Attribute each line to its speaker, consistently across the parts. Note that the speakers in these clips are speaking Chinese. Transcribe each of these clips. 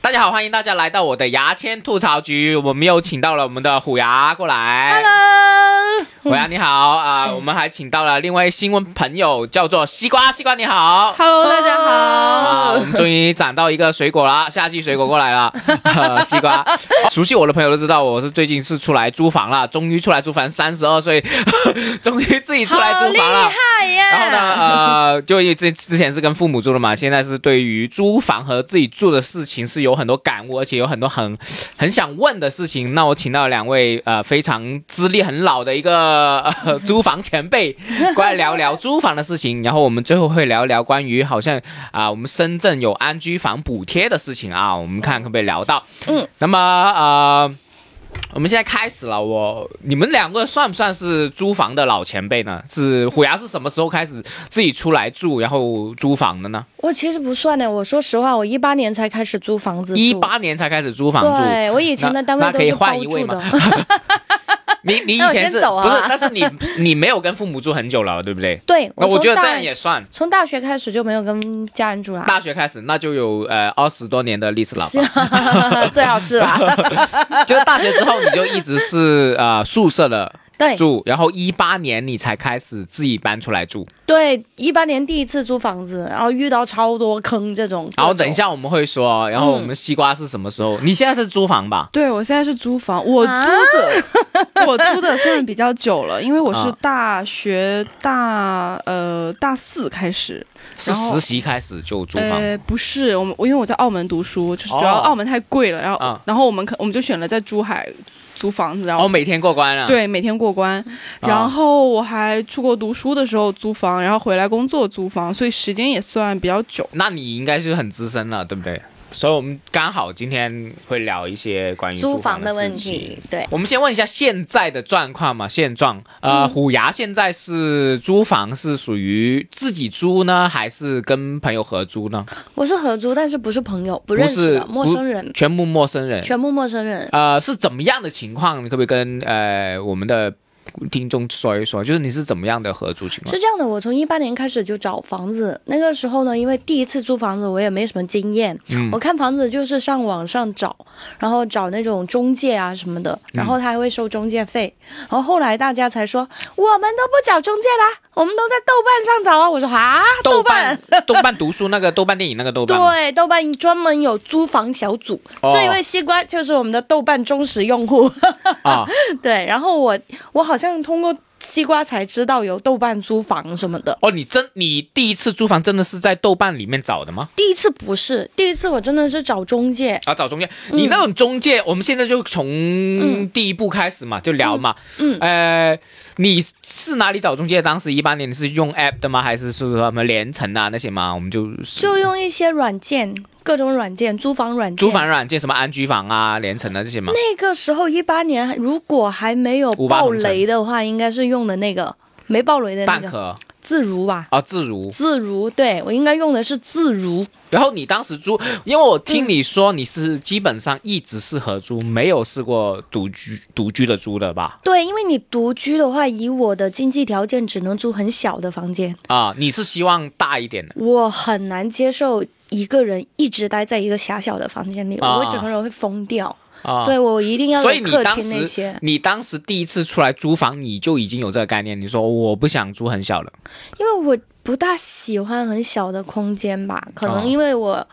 Speaker 1: 大家好，欢迎大家来到我的牙签吐槽局，我们又请到了我们的虎牙过来。
Speaker 2: Hello，
Speaker 1: 虎牙你好啊、我们还请到了另外一新闻朋友叫做西瓜，西瓜你好。
Speaker 3: Hello，大家
Speaker 1: 啊，
Speaker 3: 好。
Speaker 1: 我们终于攒到一个水果啦，夏季水果过来了， 呃西瓜。熟悉我的朋友都知道，我是最近是出来租房了，终于出来租房，三十二岁， 终于自己出来
Speaker 2: 好
Speaker 1: 租
Speaker 2: 厉
Speaker 1: 房了。
Speaker 2: 害耶！
Speaker 1: 然后呢，呃，就因为之之前是跟父母住的嘛，现在是对于租房和自己住的事情是有很多感悟，而且有很多很很想问的事情。那我请到两位呃非常资历很老的一个、呃、租房前辈过来聊聊租房的事情，然后我们最后会聊一聊关于好像啊、我们深圳有安居房补贴的事情啊，我们看可不可以聊到。嗯，那么呃。我们现在开始了，我你们两个算不算是租房的老前辈呢？是虎牙是什么时候开始自己出来住，然后租房的呢？
Speaker 2: 我其实不算呢，我说实话，我一八年才开始租房子住。
Speaker 1: 一八年才开始租房住，
Speaker 2: 对我以前的单
Speaker 1: 那那
Speaker 2: 位都
Speaker 1: 可以
Speaker 2: 是包
Speaker 1: 换一位
Speaker 2: 住
Speaker 1: 吗
Speaker 2: 的。
Speaker 1: 你你
Speaker 2: 那
Speaker 1: 以
Speaker 2: 我
Speaker 1: 前
Speaker 2: 先
Speaker 1: 是、
Speaker 2: 走啊
Speaker 1: 不是？但是你你没有跟父母住很久了，对不对？
Speaker 2: 对，
Speaker 1: 那我
Speaker 2: 从
Speaker 1: 觉得
Speaker 2: 大
Speaker 1: 这样也算。
Speaker 2: 从大学开始就没有跟家 人住了，
Speaker 1: 大学开始，那就有呃二十多年的历史了吧。
Speaker 2: 最好是 啦。啊
Speaker 1: 就是大学之后，你就一直是呃宿舍的
Speaker 2: 对
Speaker 1: 住，然后一八年你才开始自己搬出来住。
Speaker 2: 对，一八年第一次租房子，然后遇到超多坑这种。
Speaker 1: 然后等一，下我们会说，然后我们西瓜是什么时候？你现在是租房吧？
Speaker 3: 对，我现在是租房，我租的，我租的算比较久了，因为我是
Speaker 1: 啊
Speaker 3: 大学大呃大四开始，
Speaker 1: 是
Speaker 3: 然后
Speaker 1: 实习开始就租房？
Speaker 3: 呃不是我们，我因为我在澳门读书，就是主要
Speaker 1: 哦
Speaker 3: 澳门太贵了，然后、
Speaker 1: 啊
Speaker 3: 然后我们可我们就选了在珠海租房子，然后
Speaker 1: 哦，每天过关啊？，
Speaker 3: 对，每天过关。
Speaker 1: 啊
Speaker 3: 然后我还出国读书的时候租房，然后回来工作租房，所以时间也算比较久。
Speaker 1: 那你应该是很资深了，对不对？所以我们刚好今天会聊一些关于
Speaker 2: 租
Speaker 1: 房
Speaker 2: 房的问
Speaker 1: 事情
Speaker 2: 题。，对，
Speaker 1: 我们先问一下现在的状况嘛，现状。
Speaker 2: 嗯
Speaker 1: 呃，虎牙现在是租房是属于自己租呢，还是跟朋友合租呢？
Speaker 2: 我是合租，但是不是朋友，
Speaker 1: 不
Speaker 2: 不认识
Speaker 1: 是
Speaker 2: 的陌生人，
Speaker 1: 全部陌生人。
Speaker 2: 全部陌生人。
Speaker 1: 呃，是怎么样的情况？你可不可以跟呃我们的听众说一说？就是你是怎么样的合租情况
Speaker 2: 是？这样的，我从一八年开始就找房子，那个时候呢，因为第一次租房子，我也没什么经验，
Speaker 1: 嗯
Speaker 2: 我看房子就是上网上找，然后找那种中介啊什么的，
Speaker 1: 嗯
Speaker 2: 然后他还会收中介费，然后后来大家才说我们都不找中介啦，我们都在豆瓣上找啊，我说啊，
Speaker 1: 豆
Speaker 2: 瓣。
Speaker 1: 豆瓣读书那个豆瓣电影那个豆瓣吗，
Speaker 2: 对，豆瓣专门有租房小组，
Speaker 1: 哦
Speaker 2: 这一位西瓜就是我们的豆瓣忠实用户。
Speaker 1: 啊，
Speaker 2: 对，然后我我好像通过西瓜才知道有豆瓣租房什么的。
Speaker 1: 哦，你真你第一次租房真的是在豆瓣里面找的吗？
Speaker 2: 第一次不是，第一次我真的是找中介，
Speaker 1: 啊，找中介，你那种中介，我们现在就从第一步开始嘛，就聊嘛。嗯，呃，你是哪里找中介？当时一八年你是用 app 的吗？还是是什么连城啊那些嘛？我们就
Speaker 2: 就用一些软件，各种软件，租房软件。
Speaker 1: 租房软件，什么安居房啊、连城啊这些嘛。
Speaker 2: 那个时候一八年，如果还没有
Speaker 1: 五八
Speaker 2: 爆
Speaker 1: 同城
Speaker 2: 雷的话，应该是用的那个没爆雷的那
Speaker 1: 蛋
Speaker 2: 个
Speaker 1: 壳
Speaker 2: 自如吧。
Speaker 1: 啊，自如。
Speaker 2: 自如，对我应该用的是自如，
Speaker 1: 然后你当时租，因为我听你说你是基本上一直是合租，没有试过独居独居的租的吧？
Speaker 2: 对，因为你独居的话，以我的经济条件，只能租很小的房间，
Speaker 1: 啊，你是希望大一点的。
Speaker 2: 我很难接受一个人一直待在一个狭小的房间里，
Speaker 1: 啊
Speaker 2: 我会整个人会疯掉。
Speaker 1: 啊，
Speaker 2: 对我一定要
Speaker 1: 所以
Speaker 2: 有
Speaker 1: 你
Speaker 2: 客
Speaker 1: 当
Speaker 2: 厅那些
Speaker 1: 时，，你当时第一次出来租房，你就已经有这个概念，你说我不想租很小的，
Speaker 2: 因为我不大喜欢很小的空间吧，可
Speaker 1: 哦
Speaker 2: 能因为我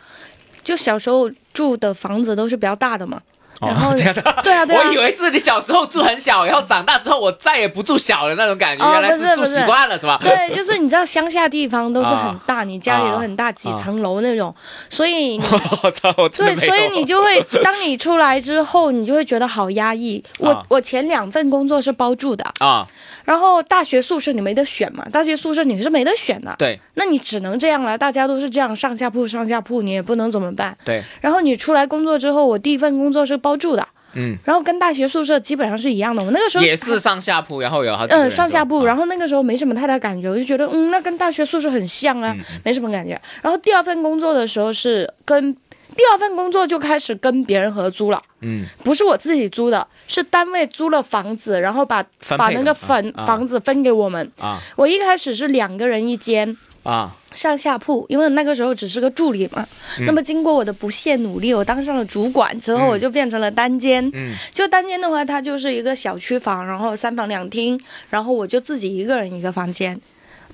Speaker 2: 就小时候住的房子都是比较大的嘛，然后
Speaker 1: 哦、 这样的。
Speaker 2: 对啊对啊
Speaker 1: 我以为是你小时候住很小，然后长大之后我再也不住小的那种感觉，
Speaker 2: 哦
Speaker 1: 原来
Speaker 2: 不是
Speaker 1: 住
Speaker 2: 不是
Speaker 1: 习惯了是吧？
Speaker 2: 对，就是你知道乡下地方都是很大，
Speaker 1: 啊
Speaker 2: 你家里都很大，几层楼那种，所以你。
Speaker 1: 我操，我啊 真
Speaker 2: 对，
Speaker 1: 的没有
Speaker 2: 所以你就会，当你出来之后，你就会觉得好压抑。我、
Speaker 1: 啊
Speaker 2: 我前两份工作是包住的，
Speaker 1: 啊，
Speaker 2: 然后大学宿舍你没得选嘛，大学宿舍你是没得选的，
Speaker 1: 对
Speaker 2: 那你只能这样了，大家都是这样上下铺上下铺，你也不能怎么办。
Speaker 1: 对，
Speaker 2: 然后你出来工作之后，我第一份工作是包住的，
Speaker 1: 嗯，
Speaker 2: 然后跟大学宿舍基本上是一样的。我那个时候
Speaker 1: 也是，上下铺，然后有好几个
Speaker 2: 嗯、
Speaker 1: 人
Speaker 2: 上下
Speaker 1: 是
Speaker 2: 铺，
Speaker 1: 吧
Speaker 2: 然后那个时候没什么太大感觉，我就觉得嗯，那跟大学宿舍很像
Speaker 1: 嗯
Speaker 2: 啊，没什么感觉。然后第二份工作的时候是跟第二份工作就开始跟别人合租了。
Speaker 1: 嗯，
Speaker 2: 不是我自己租的，是单位租了房子，然后把
Speaker 1: 分配
Speaker 2: 把那
Speaker 1: 的
Speaker 2: 个
Speaker 1: 啊
Speaker 2: 分、
Speaker 1: 啊
Speaker 2: 房子分给我们。
Speaker 1: 啊
Speaker 2: 我一开始是两个人一间，
Speaker 1: 啊，
Speaker 2: 上下铺，因为那个时候只是个助理嘛。那么经过我的不懈努力，我当上了主管之后，
Speaker 1: 嗯
Speaker 2: 我就变成了单间。
Speaker 1: 嗯
Speaker 2: 就单间的话，它就是一个小区房，然后三房两厅，然后我就自己一个人一个房间。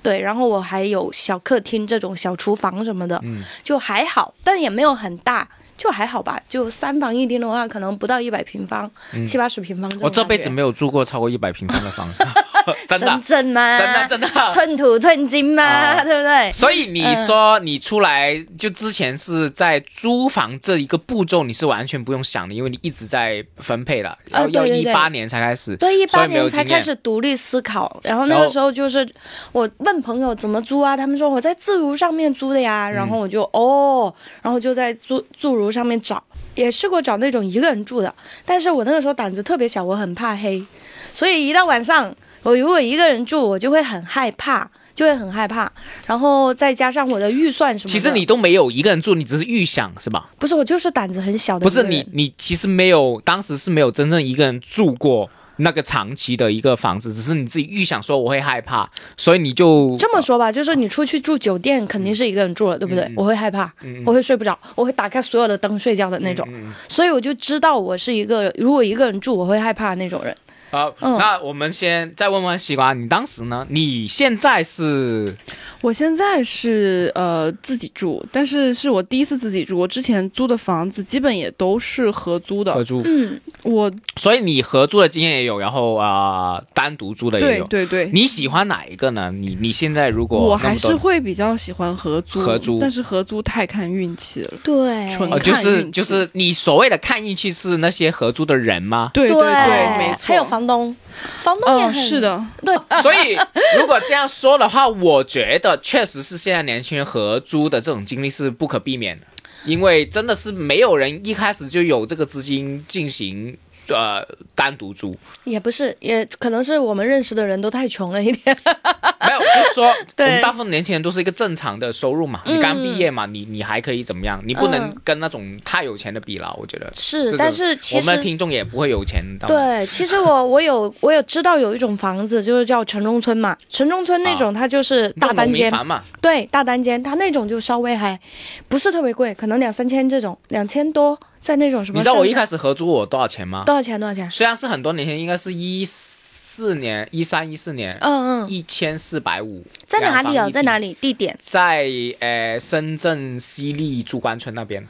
Speaker 2: 对，然后我还有小客厅这种小厨房什么的，
Speaker 1: 嗯
Speaker 2: 就还好，但也没有很大，就还好吧。就三房一厅的话，可能不到一百平方，七八十平方种感
Speaker 1: 嗯
Speaker 2: 觉。
Speaker 1: 我这辈子没有住过超过一百平方的 房子， 真的
Speaker 2: 深圳吗？
Speaker 1: 真的真的。
Speaker 2: 寸土寸金嘛，
Speaker 1: 啊
Speaker 2: 对不对？
Speaker 1: 所以你说
Speaker 2: 嗯
Speaker 1: 你出来就之前是在租房这一个步骤，你是完全不用想的，因为你一直在分配了，
Speaker 2: 啊
Speaker 1: 要要
Speaker 2: 对对
Speaker 1: 一
Speaker 2: 对
Speaker 1: 八年才开始，
Speaker 2: 对，一
Speaker 1: 所
Speaker 2: 八
Speaker 1: 以没有
Speaker 2: 年才
Speaker 1: 经验
Speaker 2: 开始独立思考，然后那个时候就是我问朋友怎么租啊，他们说我在自如上面租的
Speaker 1: 嗯
Speaker 2: 呀，然后我就、哦，然后就在租自如上面找，也试过找那种一个人住的，但是我那个时候胆子特别小，我很怕黑，所以一到晚上，我如果一个人住，我就会很害怕，就会很害怕，然后再加上我的预算什么
Speaker 1: 其
Speaker 2: 的，
Speaker 1: 实你都没有一个人住，你只是预想是吧？
Speaker 2: 不是我就是胆子很小的，
Speaker 1: 不是你，，你其实没有，当时是没有真正一个人住过那个长期的一个房子，只是你自己预想说我会害怕，所以你就
Speaker 2: 这么说吧，就是你出去住酒店，肯定是一个人住了，对不对？我会害怕，我会睡不着，我会打开所有的灯睡觉的那种，所以我就知道我是一个如果一个人住我会害怕的那种人。
Speaker 1: 啊、
Speaker 2: 嗯
Speaker 1: 那我们先再问问西瓜，你当时呢？你现在是
Speaker 3: 我现在是呃自己住，但是是我第一次自己住。我之前租的房子基本也都是合租的。
Speaker 1: 租，
Speaker 2: 嗯，
Speaker 3: 我
Speaker 1: 所以你合租的经验也有，然后啊、呃单独住的也
Speaker 3: 对
Speaker 1: 有。
Speaker 3: 对对，
Speaker 1: 你喜欢哪一个呢？你你现在如果
Speaker 3: 哎
Speaker 1: 那
Speaker 3: 我还
Speaker 1: 么多
Speaker 3: 是会比较喜欢合租，
Speaker 1: 合租
Speaker 3: 但是合租太看运气了。
Speaker 2: 对
Speaker 3: 纯
Speaker 1: 哦，
Speaker 3: 看
Speaker 1: 就
Speaker 3: 运
Speaker 1: 是
Speaker 3: 气
Speaker 1: 就是你所谓的看运气是那些合租的人 吗？
Speaker 3: 对对，没错。
Speaker 2: 还有房东，房东也
Speaker 3: 嗯、
Speaker 2: 很、
Speaker 3: 是，的，
Speaker 2: 对，
Speaker 1: 所以，如果这样说的话，我觉得确实是现在年轻人合租的这种经历是不可避免的，因为真的是没有人一开始就有这个资金进行呃单独 租，
Speaker 2: 也不是，也可能是我们认识的人都太穷了一点。
Speaker 1: 没有，就是 说我
Speaker 2: 对
Speaker 1: 们大部分年轻人都是一个正常的收入嘛，
Speaker 3: 嗯
Speaker 1: 你刚毕业嘛，你你还可以怎么样？你不能
Speaker 2: 嗯
Speaker 1: 跟那种太有钱的比了，我觉得
Speaker 2: 是
Speaker 1: 这
Speaker 2: 但是其
Speaker 1: 我们的
Speaker 2: 实
Speaker 1: 听众也不会有钱到
Speaker 2: 对，其实我我有我有知道有一种房子就是叫城中村嘛，城中村那种它就是大单间，
Speaker 1: 房嘛，
Speaker 2: 对，大单间，它那种就稍微还不是特别贵，可能两三千这种，两千多，在那种什么
Speaker 1: 你
Speaker 2: 上
Speaker 1: 知
Speaker 2: 下。
Speaker 1: 道我一开始合租我多少钱吗？
Speaker 2: 多少钱？多少钱？
Speaker 1: 虽然是很多年前，应该是一四年、一三、一四年，
Speaker 2: 嗯嗯，
Speaker 1: 一千四百五，
Speaker 2: 在哪里啊？在哪
Speaker 1: 里？
Speaker 2: 里？地点？
Speaker 1: 在呃深圳西丽珠关村那边，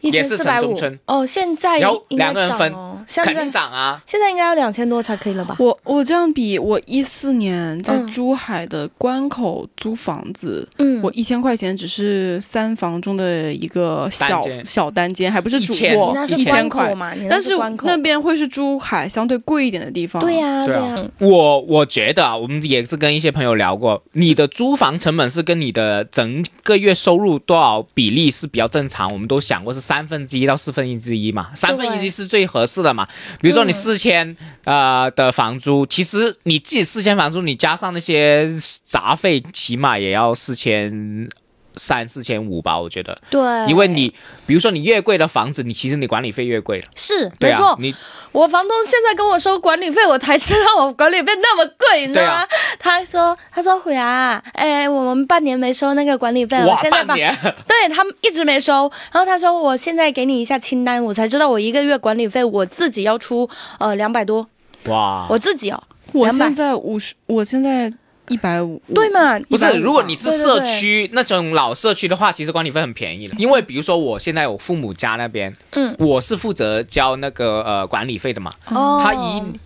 Speaker 2: 一
Speaker 1: 也
Speaker 2: 千
Speaker 1: 是
Speaker 2: 四百
Speaker 1: 城
Speaker 2: 五
Speaker 1: 中村。
Speaker 2: 哦，现在
Speaker 1: 有
Speaker 2: 应该
Speaker 1: 两个人分
Speaker 2: 涨哦，现
Speaker 1: 肯定
Speaker 2: 在
Speaker 1: 涨啊！
Speaker 2: 现在应该要两千多才可以了吧？
Speaker 3: 我我这样比，我一四年在
Speaker 2: 嗯
Speaker 3: 珠海的关口租房子，
Speaker 2: 嗯，
Speaker 3: 我一千块钱只是三房中的一小
Speaker 1: 单间
Speaker 3: 小单间，还不是主
Speaker 1: 1000
Speaker 3: 卧
Speaker 2: 你那，
Speaker 1: 一
Speaker 2: 是
Speaker 1: 千
Speaker 2: 关
Speaker 3: 千
Speaker 2: 口
Speaker 3: 块。
Speaker 2: 嘛？你
Speaker 3: 但
Speaker 2: 是关口
Speaker 3: 那边会是珠海相对贵一点的地方。
Speaker 2: 对呀
Speaker 1: 对
Speaker 2: 对
Speaker 1: 啊
Speaker 2: 呀，
Speaker 1: 我我觉得啊，我们也是跟一些朋友聊过，你的租房成本是跟你的整个月收入多少比例是比较正常，我们都想过是三分之一到四分之一嘛，三分之一是最合适的嘛。比如说你
Speaker 2: 嗯
Speaker 1: 四千呃的房租，其实你自己四千房租，你加上那些杂费，起码也要四千三、四千五吧，我觉得。
Speaker 2: 对，
Speaker 1: 因为你，比如说你越贵的房子，你其实你管理费越贵了，
Speaker 2: 是
Speaker 1: 对
Speaker 2: 没
Speaker 1: 啊
Speaker 2: 错，，
Speaker 1: 你
Speaker 2: 我房东现在跟我收管理费，我才知道我管理费那么贵，你知道
Speaker 1: 对
Speaker 2: 吗？
Speaker 1: 啊
Speaker 2: 他说：“他说虎牙，哎，我们半年没收那个管理费了，我
Speaker 1: 哇
Speaker 2: 现在
Speaker 1: 半
Speaker 2: 把
Speaker 1: 年
Speaker 2: 对他们一直没收。然后他说我现在给你一下清单，我才知道我一个月管理费我自己要出呃两百多，
Speaker 1: 哇，
Speaker 2: 我自己哦，
Speaker 3: 我
Speaker 2: 200
Speaker 3: 现在五十，我现在一百五。
Speaker 2: 对嘛？
Speaker 1: 不
Speaker 3: 150
Speaker 1: 是，
Speaker 3: 吧
Speaker 1: 如果你是
Speaker 2: 对对
Speaker 1: 社
Speaker 2: 对
Speaker 1: 区那种老社区的话，其实管理费很便宜的。因为比如说我现在我父母家那边，
Speaker 2: 嗯，
Speaker 1: 我是负责交那个呃管理费的嘛，
Speaker 2: 哦，
Speaker 1: 他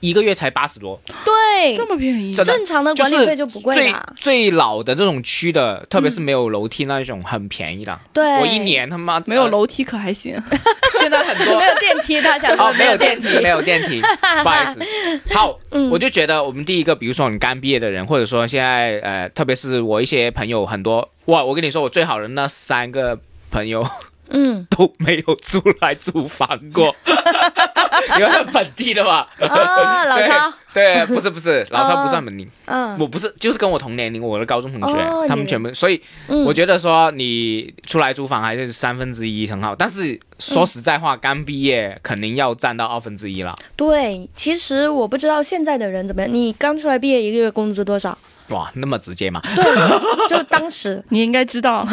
Speaker 1: 一一个月才八十多，
Speaker 2: 对
Speaker 3: 这么便宜
Speaker 1: 真，的
Speaker 2: 正常的
Speaker 1: 就
Speaker 2: 管理费
Speaker 1: 是
Speaker 2: 就不贵
Speaker 1: 最
Speaker 2: 啦，嗯
Speaker 1: 最老的这种区的，特别是没有楼梯那一种，很便宜的。
Speaker 2: 对，
Speaker 1: 我一年他妈
Speaker 3: 没有
Speaker 1: 呃
Speaker 3: 楼梯可 还行。
Speaker 1: 现在很多
Speaker 2: 没有电梯，嗯他想
Speaker 1: 哦
Speaker 2: 说，
Speaker 1: 没有
Speaker 2: 电
Speaker 1: 电梯，没有电 梯，不好意思。好，我就觉得我们第一个，比如说你刚毕业的人，或者说现在呃，特别是我一些朋友很多，哇，我跟你说，我最好的那三个朋友
Speaker 2: 嗯
Speaker 1: 都没有出来租房 过，因为他们本地的嘛。
Speaker 2: 啊，老超，
Speaker 1: 对，对不是不是，老超不算本地，
Speaker 2: 嗯
Speaker 1: 我不是，就是跟我同年龄，我的高中同学，
Speaker 2: 哦
Speaker 1: 他们
Speaker 2: 你
Speaker 1: 全部，所以
Speaker 2: 嗯，
Speaker 1: 我觉得说你出来租房还是三分之一很好，但是说实在话，刚毕业肯定要占到二分之一了。
Speaker 2: 对，其实我不知道现在的人怎么样。你刚出来毕业一个月工资多少？
Speaker 1: 哇，那么直接吗？
Speaker 2: 对，就当时
Speaker 3: 你应该知道。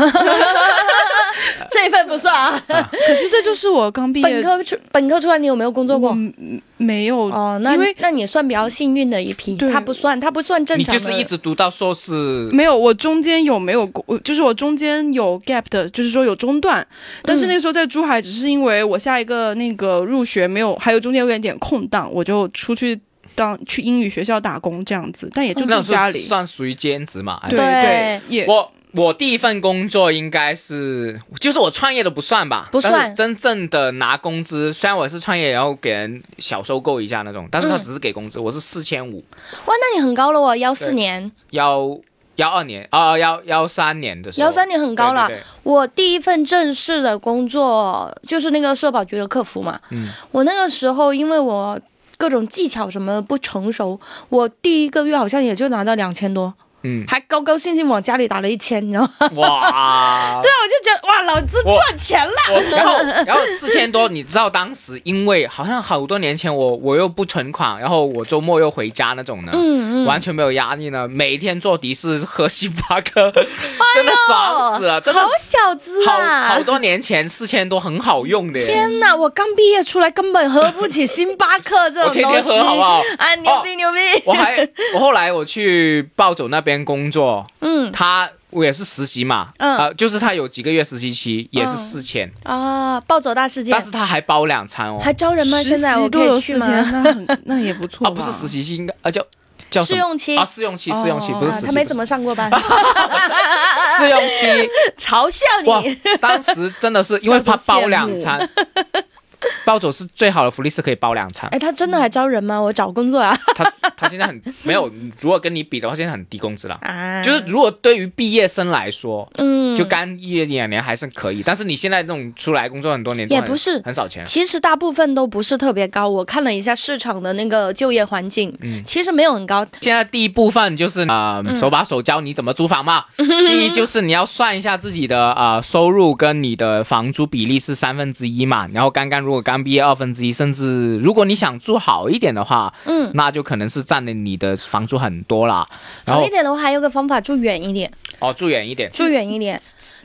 Speaker 2: 这一份不算啊。
Speaker 3: 可是这就是我刚毕
Speaker 2: 本
Speaker 3: 业
Speaker 2: 科出本科出来，你有没有工作过？
Speaker 1: 嗯
Speaker 3: 没有
Speaker 2: 哦，那
Speaker 3: 因为
Speaker 2: 那你算比较幸运的一批，
Speaker 3: 对
Speaker 2: 他不算，他不算正
Speaker 1: 你
Speaker 2: 常
Speaker 1: 就
Speaker 2: 的。
Speaker 1: 是一直读到硕士，
Speaker 3: 没有，我中间有没有过，我就是我中间有 gap 的，就是说有中断，但
Speaker 2: 嗯
Speaker 3: 是那个时候在珠海，只是因为我下一个那个入学没有，还有中间有点点空档，我就出去当去英语学校打工这样子，但也就
Speaker 1: 那时
Speaker 3: 住
Speaker 1: 候
Speaker 3: 家里。
Speaker 1: 算属于兼职嘛？哎
Speaker 3: 对
Speaker 2: 对
Speaker 3: 也
Speaker 1: 我我第一份工作应该是，就是我创业的不算吧，
Speaker 2: 不算
Speaker 1: 但是真正的拿工资，虽然我是创业，然后给人小收购一下那种，但是他只是给
Speaker 2: 嗯
Speaker 1: 工资，我是四千五，
Speaker 2: 哇，那你很高了哦，幺四年，
Speaker 1: 幺幺二年，啊幺幺三年的时候，
Speaker 2: 幺三年很高了。
Speaker 1: 哦对对对
Speaker 2: 我第一份正式的工作就是那个社保局的客服嘛。
Speaker 1: 嗯
Speaker 2: 我那个时候因为我各种技巧什么不成熟，我第一个月好像也就拿到两千多，
Speaker 1: 嗯，
Speaker 2: 还高高兴兴往家里打了一千，你知道吗？
Speaker 1: 哇，
Speaker 2: 啊那我就觉得哇，老子
Speaker 1: 我
Speaker 2: 赚钱了。
Speaker 1: 我然后然后四千多，你知道当时因为好像好多年前我我又不存款，然后我周末又回家那种呢，
Speaker 2: 嗯嗯，
Speaker 1: 完全没有压力呢，每天坐的士喝星巴克，真的爽死了，真的
Speaker 2: 哎好小资
Speaker 1: 好
Speaker 2: 啊！
Speaker 1: 好多年前四千多很好用的耶，
Speaker 2: 天哪，我刚毕业出来根本喝不起星巴克这
Speaker 1: 我
Speaker 2: 种
Speaker 1: 天天
Speaker 2: 东西，
Speaker 1: 喝好哦不好？
Speaker 2: 啊，牛逼牛逼！
Speaker 1: 我还我后来我去暴走那边工作，
Speaker 2: 嗯
Speaker 1: 他我也是实习嘛，
Speaker 2: 嗯
Speaker 1: 呃就是他有几个月实习期，也是
Speaker 2: 嗯
Speaker 1: 四千，
Speaker 2: 啊，暴走大事件
Speaker 1: 但，是他还包两餐哦，
Speaker 2: 还招人吗？
Speaker 3: 实
Speaker 2: 现在
Speaker 3: 习
Speaker 2: 我
Speaker 3: 都
Speaker 2: 可
Speaker 3: 有
Speaker 2: 以去
Speaker 3: 四
Speaker 2: 吗？哦
Speaker 3: 千，那很那也不错
Speaker 1: 啊
Speaker 3: 吧？
Speaker 1: 不是实习期应该啊叫 叫什
Speaker 2: 试
Speaker 1: 么
Speaker 2: 用期
Speaker 1: 啊试用期试用期
Speaker 3: 哦
Speaker 1: 不是
Speaker 2: 啊
Speaker 1: 实习，
Speaker 2: 他没怎
Speaker 1: 么
Speaker 2: 么上 过班，
Speaker 1: 试用 期
Speaker 2: 嘲笑
Speaker 1: 哇
Speaker 2: 你。，
Speaker 1: 当时真的是因为他包两餐， 暴走是最好的福利是可以包两餐，
Speaker 2: 哎，他真的还招人吗？我找工作啊！
Speaker 1: 他他现在很没有，如果跟你比的话，现在很低工资了。
Speaker 2: 啊，
Speaker 1: 就是如果对于毕业生来说，
Speaker 2: 嗯，
Speaker 1: 就刚一两年还是可以，但是你现在这种出来工作很多年，
Speaker 2: 也不是
Speaker 1: 很少钱。
Speaker 2: 其实大部分都不是特别高。我看了一下市场的那个就业环境，
Speaker 1: 嗯
Speaker 2: 其实没有很高。
Speaker 1: 现在第一部分就是
Speaker 3: 嗯
Speaker 1: 啊、呃手把手教你怎么租房嘛。第一就是你要算一下自己的啊、呃收入跟你的房租比例是三分之一嘛。然后刚刚如果刚毕业二分之一，甚至如果你想住好一点的话，嗯，那就可能是占了你的房租很多啦。然
Speaker 2: 好
Speaker 1: 后
Speaker 2: 一点的话，还有个方法，住远一点，
Speaker 1: 哦，住远一
Speaker 3: 嗯
Speaker 1: 点，
Speaker 2: 住远一点。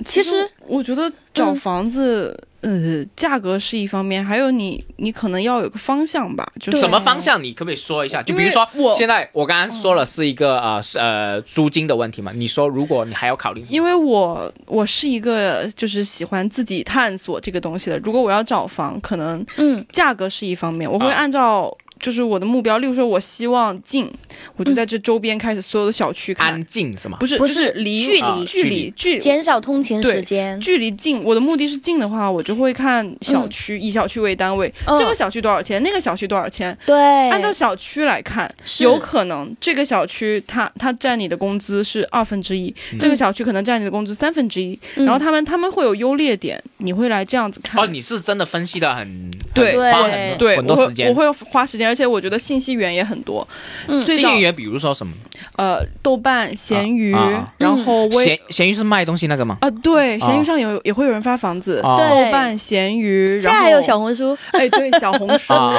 Speaker 2: 其实
Speaker 3: 我觉得找房子，呃，价格是一方面，还有你你可能要有个方向吧，就是
Speaker 1: 什么方向你可不可以说一下？就比如说
Speaker 3: 因为我
Speaker 1: 现在我刚刚说了是一个呃是呃租金的问题嘛，你说如果你还要考虑，
Speaker 3: 因为我我是一个就是喜欢自己探索这个东西的。如果我要找房，可能
Speaker 2: 嗯
Speaker 3: 价格是一方面，我会
Speaker 1: 啊
Speaker 3: 按照就是我的目标，例如说我希望近，我就在这周边开始所有的小区看，
Speaker 1: 安静是吗？
Speaker 3: 不是
Speaker 2: 不
Speaker 3: 就是是离
Speaker 2: 距离
Speaker 3: 啊距离距离。
Speaker 2: 减少通勤时间，
Speaker 3: 距离近，我的目的是近的话，我就会看小区，以小区为单位，
Speaker 2: 嗯
Speaker 3: 这个小区多少钱，那个小区多少钱，
Speaker 2: 对，
Speaker 3: 按照小区来看，
Speaker 2: 哎是
Speaker 3: 有可能这个小区它它占你的工资是二分之一，
Speaker 1: 嗯
Speaker 3: 这个小区可能占你的工资三分之一，
Speaker 2: 嗯
Speaker 3: 然后他们他们会有优劣点，你会来这样子看。
Speaker 1: 哦，你是真的分析的很
Speaker 3: 对
Speaker 1: 很花很多
Speaker 3: 对，
Speaker 1: 很
Speaker 3: 我
Speaker 1: 多时
Speaker 3: 会
Speaker 1: 间
Speaker 3: 我。会花时间，而且我觉得信息源也很多，
Speaker 2: 嗯
Speaker 3: 最
Speaker 1: 经
Speaker 3: 早
Speaker 1: 纪人比如说什么？
Speaker 3: 呃豆瓣、闲鱼，
Speaker 1: 啊
Speaker 2: 嗯
Speaker 1: 啊
Speaker 3: 然后微
Speaker 1: 咸咸鱼是卖东西那个吗？
Speaker 3: 啊对，
Speaker 1: 啊
Speaker 3: 闲鱼上有、也会有人发房子，
Speaker 1: 哦
Speaker 2: 对
Speaker 3: 豆瓣、闲鱼，然后
Speaker 2: 现在还有小嗯红书，
Speaker 3: 哎对小红书，
Speaker 1: 啊，